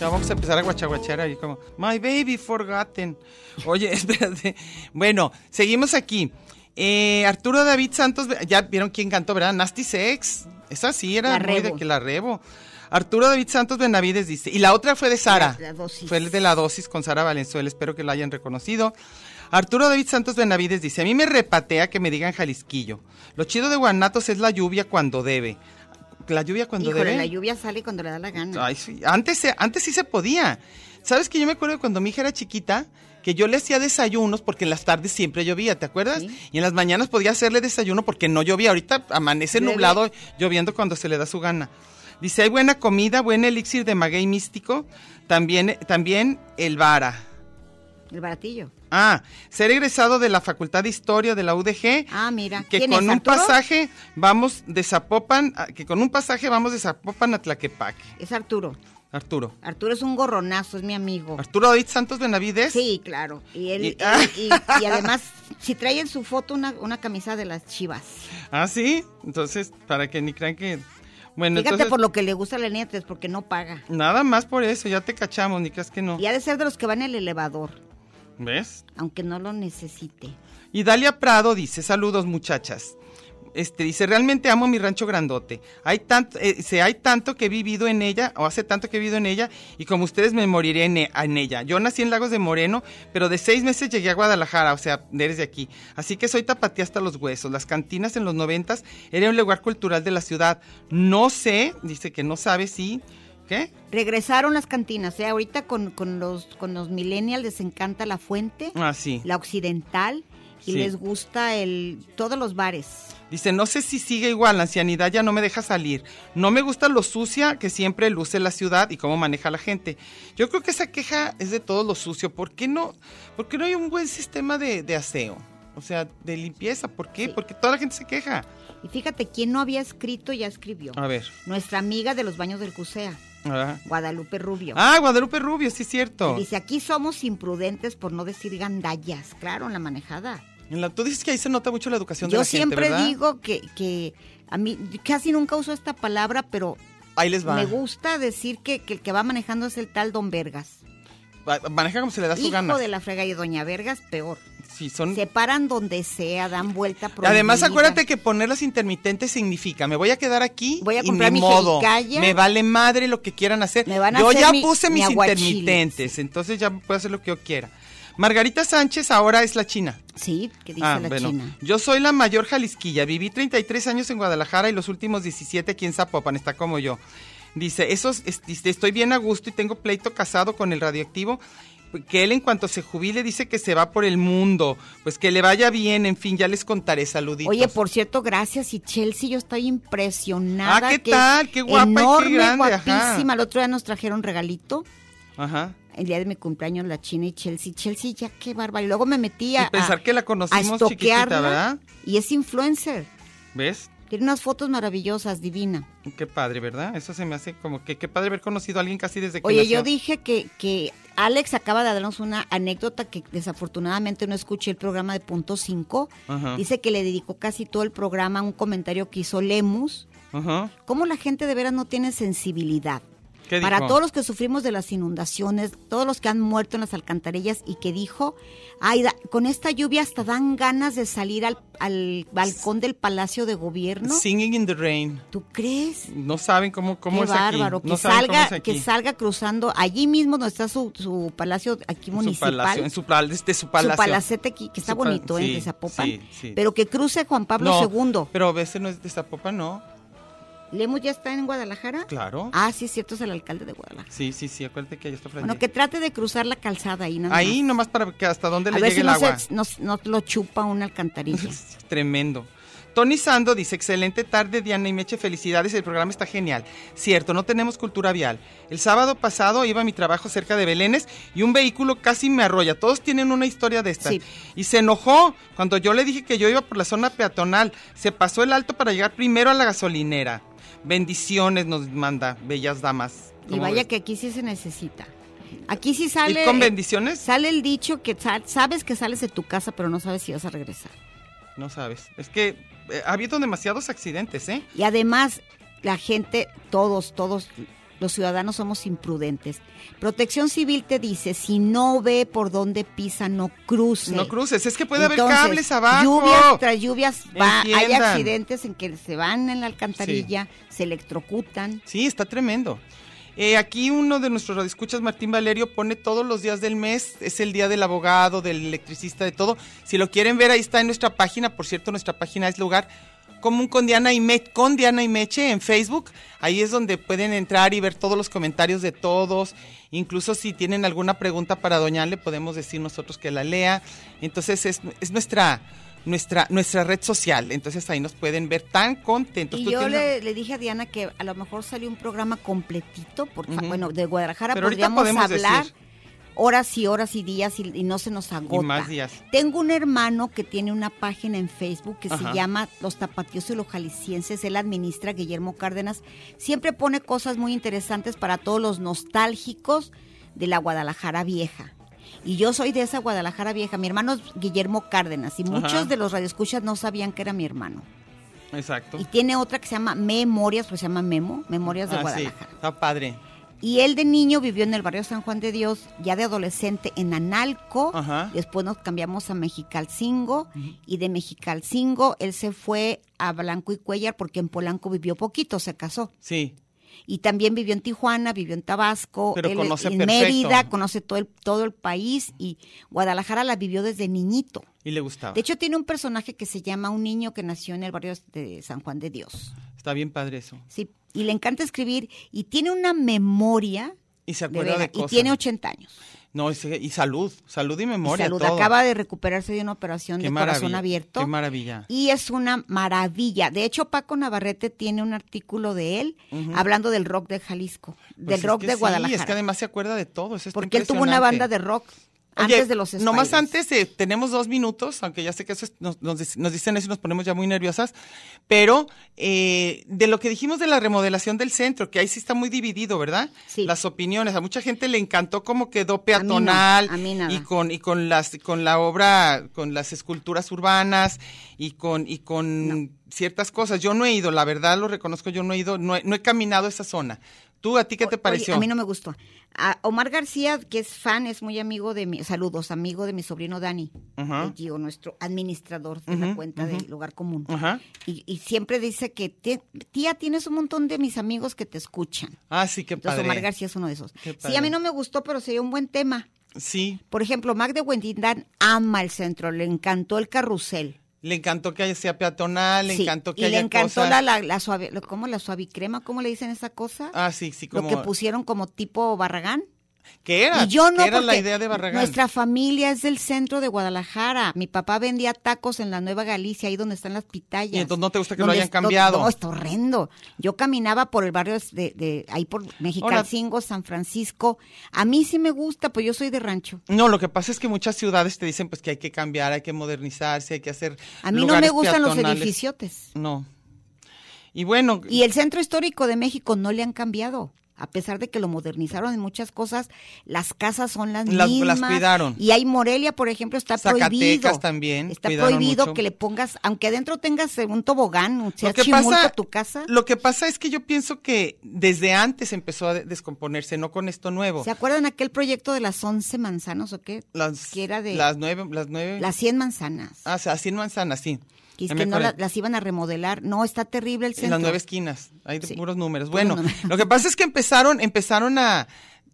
Speaker 4: Ya vamos a empezar a guachaguachar ahí como, My baby forgotten. Oye, espérate. Bueno, seguimos aquí. Eh, Arturo David Santos, ya vieron quién cantó, ¿verdad? Nasty Sex. Esa sí era
Speaker 2: La
Speaker 4: muy de
Speaker 2: Rebo.
Speaker 4: que la rebo. Arturo David Santos Benavides dice, y la otra fue de Sara.
Speaker 2: La- la dosis.
Speaker 4: Fue el de la dosis con Sara Valenzuela, espero que la hayan reconocido. Arturo David Santos Benavides dice, a mí me repatea que me digan Jalisquillo. Lo chido de Guanatos es la lluvia cuando debe. La lluvia cuando
Speaker 2: Híjole,
Speaker 4: debe.
Speaker 2: la lluvia sale cuando le da la gana.
Speaker 4: Mm. Ay, sí. Antes, se- antes sí se podía. ¿Sabes que yo me acuerdo de cuando mi hija era chiquita? Que yo le hacía desayunos porque en las tardes siempre llovía, ¿te acuerdas? Y en las mañanas podía hacerle desayuno porque no llovía. Ahorita amanece
Speaker 2: Llueve.
Speaker 4: nublado, lloviendo cuando se le da su gana. Dice, hay buena comida, buen elixir de maguey místico, también, también el vara.
Speaker 2: El baratillo.
Speaker 4: Ah, ser egresado de la Facultad de Historia de la UDG.
Speaker 2: Ah, mira.
Speaker 4: Que
Speaker 2: ¿Quién
Speaker 4: con
Speaker 2: es,
Speaker 4: un
Speaker 2: Arturo?
Speaker 4: pasaje ah, vamos de Zapopan, a- que con un pasaje vamos de Zapopan a Tlaquepaque.
Speaker 2: Es Arturo.
Speaker 4: Arturo.
Speaker 2: Arturo es un gorronazo, es mi amigo.
Speaker 4: Arturo David Santos Benavides.
Speaker 2: Sí, claro. Y él,
Speaker 4: Y- ah.
Speaker 2: él- y, y además, si trae en su foto una, una camisa de las chivas.
Speaker 4: Ah, sí. Entonces, para que ni crean que. Bueno,
Speaker 2: Fíjate
Speaker 4: entonces.
Speaker 2: por lo que le gusta a la niña, pues, porque no paga.
Speaker 4: Nada más por eso, ya te cachamos, ni creas que no.
Speaker 2: Y ha de ser de los que van en el elevador,
Speaker 4: ¿Ves?
Speaker 2: aunque no lo necesite.
Speaker 4: Y Dalia Prado dice, saludos muchachas. Este, dice, realmente amo mi rancho grandote. Hay tanto, eh, dice, hay tanto que he vivido en ella, o hace tanto que he vivido en ella, y como ustedes me moriré en, e- en ella. Yo nací en Lagos de Moreno, pero de seis meses llegué a Guadalajara, o sea, eres de aquí. Así que soy tapatía hasta los huesos. Las cantinas en los noventas era un lugar cultural de la ciudad. No sé, dice que no sabe si... ¿Qué?
Speaker 2: Regresaron las cantinas, ¿eh? ahorita con, con los, con los millennials les encanta la fuente,
Speaker 4: Ah, sí.
Speaker 2: la occidental, y
Speaker 4: Sí.
Speaker 2: les gusta el todos los bares.
Speaker 4: Dice, no sé si sigue igual, la ancianidad ya no me deja salir. No me gusta lo sucia que siempre luce la ciudad y cómo maneja la gente. Yo creo que esa queja es de todo lo sucio. ¿Por qué no, por qué no hay un buen sistema de, de aseo? O sea, de limpieza. ¿Por qué?
Speaker 2: Sí.
Speaker 4: Porque toda la gente se queja.
Speaker 2: Y fíjate, quien no había escrito ya escribió.
Speaker 4: A ver.
Speaker 2: Nuestra amiga de los baños del CUSEA,
Speaker 4: Ah,
Speaker 2: Guadalupe Rubio.
Speaker 4: Ah, Guadalupe Rubio, sí es cierto.
Speaker 2: Dice, aquí somos imprudentes por no decir gandallas, claro, en la manejada.
Speaker 4: En la- tú dices que ahí se nota mucho la educación de
Speaker 2: Yo
Speaker 4: la gente,
Speaker 2: siempre
Speaker 4: ¿verdad?
Speaker 2: digo que, que a mí casi nunca uso esta palabra, pero
Speaker 4: Ahí les Pues va.
Speaker 2: me gusta decir que, que el que va manejando es el tal Don Vergas.
Speaker 4: Va- Maneja como se le da su
Speaker 2: Hijo
Speaker 4: gana.
Speaker 2: de la frega y Doña Vergas, peor.
Speaker 4: Sí, son...
Speaker 2: Se paran donde sea, dan vuelta.
Speaker 4: Y Además,
Speaker 2: prohibida.
Speaker 4: acuérdate que poner las intermitentes significa, me voy a quedar aquí
Speaker 2: Voy a
Speaker 4: y
Speaker 2: comprar mi
Speaker 4: ni modo.
Speaker 2: jericaya.
Speaker 4: Me vale madre lo que quieran hacer.
Speaker 2: Me van a
Speaker 4: yo
Speaker 2: hacer
Speaker 4: ya
Speaker 2: mi-
Speaker 4: puse
Speaker 2: mi
Speaker 4: mis
Speaker 2: aguachiles.
Speaker 4: intermitentes, entonces ya puedo hacer lo que yo quiera. Margarita Sánchez ahora es la china.
Speaker 2: Sí, que dice
Speaker 4: Ah,
Speaker 2: la
Speaker 4: bueno.
Speaker 2: China.
Speaker 4: Yo soy la mayor jalisquilla. Viví 33 años en Guadalajara y los últimos 17 aquí en Zapopan. Está como yo. Dice, esos, es- dice, estoy bien a gusto y tengo pleito casado con el radioactivo. Que él en cuanto se jubile dice que se va por el mundo. Pues que le vaya bien, en fin, ya les contaré. Saluditos.
Speaker 2: Oye, por cierto, gracias. Y Chelsea, yo estoy impresionada.
Speaker 4: Ah, ¿qué
Speaker 2: que
Speaker 4: tal? Qué guapa y qué
Speaker 2: Enorme,
Speaker 4: grande, ajá.
Speaker 2: guapísima. El otro día nos trajeron regalito.
Speaker 4: Ajá.
Speaker 2: El día de mi cumpleaños, la China y Chelsea. Chelsea, ya qué bárbaro. Y luego me metí a.
Speaker 4: Y pensar
Speaker 2: a-
Speaker 4: que la
Speaker 2: a
Speaker 4: conocimos chiquitita,
Speaker 2: estoquearla,
Speaker 4: ¿verdad?
Speaker 2: Y es influencer.
Speaker 4: ¿Ves?
Speaker 2: Tiene unas fotos maravillosas, divina.
Speaker 4: Qué padre, ¿verdad? Eso se me hace como que qué padre haber conocido a alguien casi desde que
Speaker 2: Oye, yo
Speaker 4: nació.
Speaker 2: dije que, que Alex acaba de darnos una anécdota que desafortunadamente no escuché el programa de punto 5.
Speaker 4: Ajá.
Speaker 2: Dice que le dedicó casi todo el programa a un comentario que hizo Lemus.
Speaker 4: Ajá.
Speaker 2: ¿Cómo la gente de veras no tiene sensibilidad?
Speaker 4: ¿Qué
Speaker 2: Para
Speaker 4: dijo?
Speaker 2: todos los que sufrimos de las inundaciones, todos los que han muerto en las alcantarillas y que dijo, ay, da- con esta lluvia hasta dan ganas de salir al, al balcón del Palacio de Gobierno.
Speaker 4: Singing in the Rain.
Speaker 2: ¿Tú crees?
Speaker 4: No saben cómo, cómo
Speaker 2: Qué
Speaker 4: es
Speaker 2: bárbaro,
Speaker 4: aquí.
Speaker 2: que
Speaker 4: No saben cómo es
Speaker 2: salga,
Speaker 4: aquí.
Speaker 2: que salga cruzando allí mismo donde está su, su palacio aquí
Speaker 4: En su
Speaker 2: municipal.
Speaker 4: palacio, en su, pal- este, su
Speaker 2: su
Speaker 4: palacio.
Speaker 2: palacete aquí, que está
Speaker 4: Su pal-
Speaker 2: bonito, ¿eh?
Speaker 4: sí,
Speaker 2: de Zapopan.
Speaker 4: sí, sí.
Speaker 2: Pero que cruce Juan Pablo
Speaker 4: No,
Speaker 2: II.
Speaker 4: Pero ese no es de Zapopan, no.
Speaker 2: ¿Lemus ya está en Guadalajara?
Speaker 4: Claro.
Speaker 2: Ah, sí, es cierto, es el alcalde de Guadalajara.
Speaker 4: Sí, sí, sí, acuérdate que ahí está Fran
Speaker 2: Bueno,
Speaker 4: Ye.
Speaker 2: que trate de cruzar la calzada ahí, nada
Speaker 4: Ahí
Speaker 2: más.
Speaker 4: nomás para que hasta dónde
Speaker 2: A
Speaker 4: le
Speaker 2: ver
Speaker 4: llegue
Speaker 2: si
Speaker 4: el
Speaker 2: no,
Speaker 4: agua.
Speaker 2: se- nos- nos lo chupa una alcantarilla.
Speaker 4: Es Tremendo. Tony Sando dice, excelente tarde Diana y Meche, felicidades, el programa está genial. Cierto, no tenemos cultura vial. El sábado pasado iba a mi trabajo cerca de Belénes y un vehículo casi me arrolla. Todos tienen una historia de estas.
Speaker 2: Sí.
Speaker 4: Y se enojó cuando yo le dije que yo iba por la zona peatonal. Se pasó el alto para llegar primero a la gasolinera. Bendiciones nos manda, bellas damas.
Speaker 2: y
Speaker 4: ¿Cómo
Speaker 2: vaya
Speaker 4: ves?
Speaker 2: que aquí sí se necesita. Aquí sí sale...
Speaker 4: ¿Ir con bendiciones?
Speaker 2: Sale el dicho que sa- sabes que sales de tu casa, pero no sabes si vas a regresar.
Speaker 4: No sabes. Es que eh, ha habido demasiados accidentes, ¿eh?
Speaker 2: Y además, la gente, todos, todos los ciudadanos somos imprudentes. Protección Civil te dice, si no ve por dónde pisa, no cruce.
Speaker 4: No cruces, es que puede
Speaker 2: Entonces,
Speaker 4: haber cables abajo.
Speaker 2: Lluvias tras lluvias, va- hay
Speaker 4: Entiendan.
Speaker 2: accidentes en que se van en la alcantarilla, se electrocutan.
Speaker 4: Sí, está tremendo. Eh, aquí uno de nuestros radioescuchas, Martín Valerio, pone todos los días del mes, es el día del abogado, del electricista, de todo. Si lo quieren ver, ahí está en nuestra página. Por cierto, nuestra página es lugar común con Diana y Meche, con Diana y Meche en Facebook. Ahí es donde pueden entrar y ver todos los comentarios de todos. Incluso si tienen alguna pregunta para Doña, le podemos decir nosotros que la lea. Entonces es, es nuestra, nuestra, nuestra red social. Entonces ahí nos pueden ver tan contentos.
Speaker 2: Y
Speaker 4: Tú
Speaker 2: yo
Speaker 4: tienes-
Speaker 2: le, le dije a Diana que a lo mejor salió un programa completito, por fa-
Speaker 4: Ujú.
Speaker 2: bueno, de Guadalajara
Speaker 4: Pero ahorita
Speaker 2: podríamos
Speaker 4: podemos
Speaker 2: hablar
Speaker 4: decir.
Speaker 2: horas y horas y días y, y no se nos agota.
Speaker 4: Y más días.
Speaker 2: Tengo un hermano que tiene una página en Facebook que
Speaker 4: Ajá.
Speaker 2: se llama Los Tapatíos y los Jaliscienses. Él administra Guillermo Cárdenas. Siempre pone cosas muy interesantes para todos los nostálgicos de la Guadalajara vieja. Y yo soy de esa Guadalajara vieja. Mi hermano es Guillermo Cárdenas y muchos
Speaker 4: Ajá.
Speaker 2: de los radioescuchas no sabían que era mi hermano.
Speaker 4: Exacto.
Speaker 2: Y tiene otra que se llama Memorias, pues se llama Memo, Memorias de
Speaker 4: Ah, sí,
Speaker 2: Guadalajara.
Speaker 4: está padre.
Speaker 2: Y él de niño vivió en el barrio San Juan de Dios, ya de adolescente en Analco,
Speaker 4: Ajá.
Speaker 2: después nos cambiamos a Mexicalcingo y de Mexicalcingo él se fue a Blanco y Cuellar porque en Polanco vivió poquito, se casó.
Speaker 4: Sí.
Speaker 2: Y también vivió en Tijuana, vivió en Tabasco,
Speaker 4: Pero
Speaker 2: él
Speaker 4: conoce
Speaker 2: en
Speaker 4: perfecto.
Speaker 2: Mérida, conoce todo el, todo el país y Guadalajara la vivió desde niñito.
Speaker 4: Y le gustaba.
Speaker 2: De hecho tiene un personaje que se llama un niño que nació en el barrio de San Juan de Dios.
Speaker 4: Está bien padre eso.
Speaker 2: Sí, y le encanta escribir y tiene una memoria
Speaker 4: Y se
Speaker 2: de
Speaker 4: acuerda de,
Speaker 2: veras, y
Speaker 4: cosas.
Speaker 2: tiene 80 años.
Speaker 4: No, y, se- y salud. Salud y memoria.
Speaker 2: Salud,
Speaker 4: todo.
Speaker 2: acaba de recuperarse de una operación
Speaker 4: Qué
Speaker 2: de
Speaker 4: maravilla,
Speaker 2: corazón abierto.
Speaker 4: Qué maravilla.
Speaker 2: Y es una maravilla. De hecho, Paco Navarrete tiene un artículo de él hablando del rock de Jalisco,
Speaker 4: Pues
Speaker 2: del
Speaker 4: es
Speaker 2: rock
Speaker 4: que
Speaker 2: de
Speaker 4: sí,
Speaker 2: Guadalajara.
Speaker 4: es que además se acuerda de todo. eso está
Speaker 2: porque él tuvo una banda
Speaker 4: impresionante.
Speaker 2: de rock
Speaker 4: Oye,
Speaker 2: antes de los Spiders.
Speaker 4: Nomás antes, eh, tenemos dos minutos, aunque ya sé que eso es- nos, nos dic- nos dicen eso y nos ponemos ya muy nerviosas, pero eh, de lo que dijimos de la remodelación del centro, que ahí sí está muy dividido, ¿verdad?
Speaker 2: Sí.
Speaker 4: Las opiniones, a mucha gente le encantó como quedó peatonal
Speaker 2: a mí nada.
Speaker 4: y con y con las con la obra, con las esculturas urbanas y con y con ciertas cosas. Yo no he ido, la verdad lo reconozco, yo no he ido, no he, no he caminado esa zona. ¿Tú a ti qué te
Speaker 2: Oye,
Speaker 4: pareció?
Speaker 2: a mí no me gustó. A Omar García, que es fan, es muy amigo de mi, saludos, amigo de mi sobrino Dani,
Speaker 4: Ajá.
Speaker 2: el Gio, nuestro administrador de la
Speaker 4: Ujú,
Speaker 2: cuenta del lugar común.
Speaker 4: Ajá.
Speaker 2: Y, y siempre dice que "Tía- tía, tienes un montón de mis amigos que te escuchan.
Speaker 4: Ah, sí, qué
Speaker 2: Entonces
Speaker 4: padre.
Speaker 2: Omar García es uno de esos.
Speaker 4: Qué
Speaker 2: Sí, a
Speaker 4: padre.
Speaker 2: mí no me gustó, pero sería un buen tema.
Speaker 4: Sí.
Speaker 2: Por ejemplo, Mac de Huentindán ama el centro, le encantó el carrusel.
Speaker 4: Le encantó que haya- sea peatonal, le
Speaker 2: Sí,
Speaker 4: encantó que
Speaker 2: y
Speaker 4: haya
Speaker 2: le encantó
Speaker 4: cosas-
Speaker 2: la, la, la suave, lo- ¿cómo? La suavicrema, ¿cómo le dicen esa cosa?
Speaker 4: Ah, sí, sí, como
Speaker 2: Lo que pusieron como tipo barragán.
Speaker 4: ¿Qué era?
Speaker 2: Y yo no,
Speaker 4: ¿Qué era la
Speaker 2: porque
Speaker 4: idea de Barragán?
Speaker 2: Nuestra familia es del centro de Guadalajara. Mi papá vendía tacos en la Nueva Galicia, ahí donde están las pitayas.
Speaker 4: Y entonces no te gusta que lo
Speaker 2: Donde
Speaker 4: hayan
Speaker 2: es-
Speaker 4: cambiado.
Speaker 2: No, está horrendo. Yo caminaba por el barrio de, de- ahí por Mexicalcingo, San Francisco. A mí sí me gusta, pues yo soy de rancho.
Speaker 4: No, lo que pasa es que muchas ciudades te dicen pues que hay que cambiar, hay que modernizarse, hay que hacer
Speaker 2: A mí no
Speaker 4: lugares
Speaker 2: me gustan los
Speaker 4: peatonales.
Speaker 2: edificiotes.
Speaker 4: No. Y bueno,
Speaker 2: Y el centro histórico de México no le han cambiado. A pesar de que lo modernizaron en muchas cosas, las casas son las,
Speaker 4: Las- las
Speaker 2: mismas.
Speaker 4: cuidaron.
Speaker 2: Y hay Morelia, por ejemplo, está
Speaker 4: Zacatecas
Speaker 2: prohibido.
Speaker 4: también,
Speaker 2: Está
Speaker 4: cuidaron
Speaker 2: prohibido
Speaker 4: mucho.
Speaker 2: que le pongas, aunque adentro tengas eh, un tobogán, o sea,
Speaker 4: lo que
Speaker 2: chimulco
Speaker 4: pasa,
Speaker 2: tu casa.
Speaker 4: lo que pasa es que yo pienso que desde antes empezó a de- descomponerse, no con esto nuevo.
Speaker 2: ¿Se acuerdan aquel proyecto de las 11 manzanas o qué?
Speaker 4: Las,
Speaker 2: que era de
Speaker 4: las
Speaker 2: las,
Speaker 4: nueve, las nueve,
Speaker 2: 100 manzanas.
Speaker 4: ah, o sea, cien manzanas, sí.
Speaker 2: que es
Speaker 4: Ya
Speaker 2: que
Speaker 4: me
Speaker 2: no
Speaker 4: acordé.
Speaker 2: la- las iban a remodelar. No, está terrible el
Speaker 4: En
Speaker 2: centro.
Speaker 4: las nueve esquinas, hay de
Speaker 2: Sí.
Speaker 4: puros números.
Speaker 2: Puros
Speaker 4: Bueno,
Speaker 2: números.
Speaker 4: lo que pasa es que empezaron, empezaron a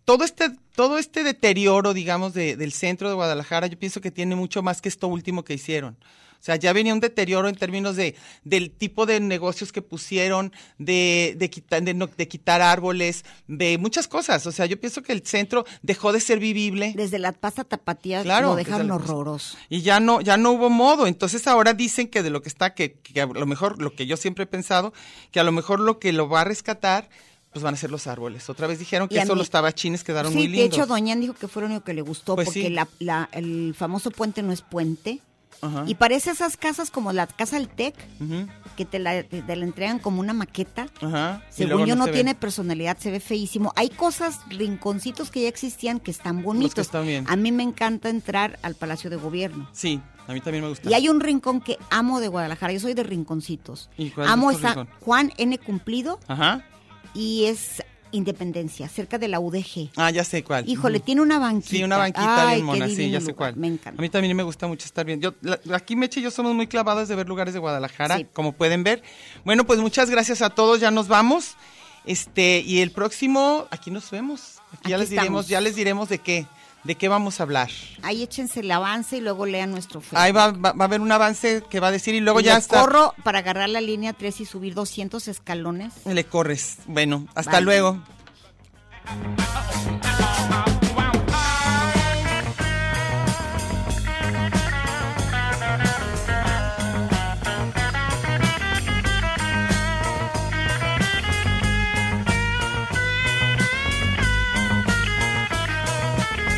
Speaker 4: todo este, todo este deterioro, digamos, de- del centro de Guadalajara, yo pienso que tiene mucho más que esto último que hicieron. O sea, ya venía un deterioro en términos de del tipo de negocios que pusieron, de, de, quitar, de, no- de quitar árboles, de muchas cosas. O sea, yo pienso que el centro dejó de ser vivible.
Speaker 2: Desde la pasta tapatía
Speaker 4: Claro,
Speaker 2: lo dejaron
Speaker 4: desde la-
Speaker 2: horroroso.
Speaker 4: Y ya no, ya no hubo modo. Entonces ahora dicen que de lo que está, que, que a lo mejor lo que yo siempre he pensado, que a lo mejor lo que lo va a rescatar, pues van a ser los árboles. Otra vez dijeron
Speaker 2: Y
Speaker 4: que
Speaker 2: a
Speaker 4: eso
Speaker 2: mí-
Speaker 4: los tabachines quedaron
Speaker 2: sí,
Speaker 4: muy
Speaker 2: de
Speaker 4: lindos.
Speaker 2: hecho, Doña dijo que fue lo único que le gustó
Speaker 4: Pues
Speaker 2: porque
Speaker 4: sí.
Speaker 2: la- la- el famoso puente no es puente.
Speaker 4: Ajá.
Speaker 2: Y parece esas casas como la casa del TEC,
Speaker 4: Ujú,
Speaker 2: que te la, te- te la entregan como una maqueta.
Speaker 4: ajá. Y luego
Speaker 2: Según yo no
Speaker 4: se ve.
Speaker 2: tiene personalidad, se ve feísimo. Hay cosas, rinconcitos que ya existían que están bonitos.
Speaker 4: Los que están bien.
Speaker 2: A mí me encanta entrar al Palacio de Gobierno.
Speaker 4: Sí, a mí también me gusta.
Speaker 2: Y hay un rincón que amo de Guadalajara. Yo soy de rinconcitos.
Speaker 4: ¿Y cuál es
Speaker 2: Amo
Speaker 4: nuestro
Speaker 2: esa
Speaker 4: rincón?
Speaker 2: Juan N. Cumplido
Speaker 4: Ajá.
Speaker 2: y es Independencia, cerca de la UDG.
Speaker 4: Ah, ya sé cuál.
Speaker 2: Híjole,
Speaker 4: Ujú.
Speaker 2: tiene una banquita.
Speaker 4: Sí, una banquita
Speaker 2: Ay,
Speaker 4: bien mona,
Speaker 2: qué
Speaker 4: sí,
Speaker 2: divino
Speaker 4: ya sé
Speaker 2: lugar,
Speaker 4: cuál.
Speaker 2: Me encanta.
Speaker 4: A mí también me gusta mucho estar bien. Yo, la- aquí Meche y yo somos muy clavadas de ver lugares de Guadalajara,
Speaker 2: Sí.
Speaker 4: como pueden ver. Bueno, pues muchas gracias a todos, ya nos vamos. Este, y el próximo, aquí nos vemos. Aquí, ya
Speaker 2: Aquí
Speaker 4: les diremos,
Speaker 2: estamos.
Speaker 4: ya les diremos de qué, de qué vamos a hablar.
Speaker 2: Ahí échense el avance y luego lean nuestro Facebook.
Speaker 4: Ahí va, va, va a haber un avance que va a decir y luego
Speaker 2: Y
Speaker 4: ya
Speaker 2: le
Speaker 4: está.
Speaker 2: corro para agarrar la línea 3 y subir 200 escalones.
Speaker 4: Le corres. Bueno, hasta
Speaker 2: Bye.
Speaker 4: luego.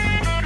Speaker 3: Lugar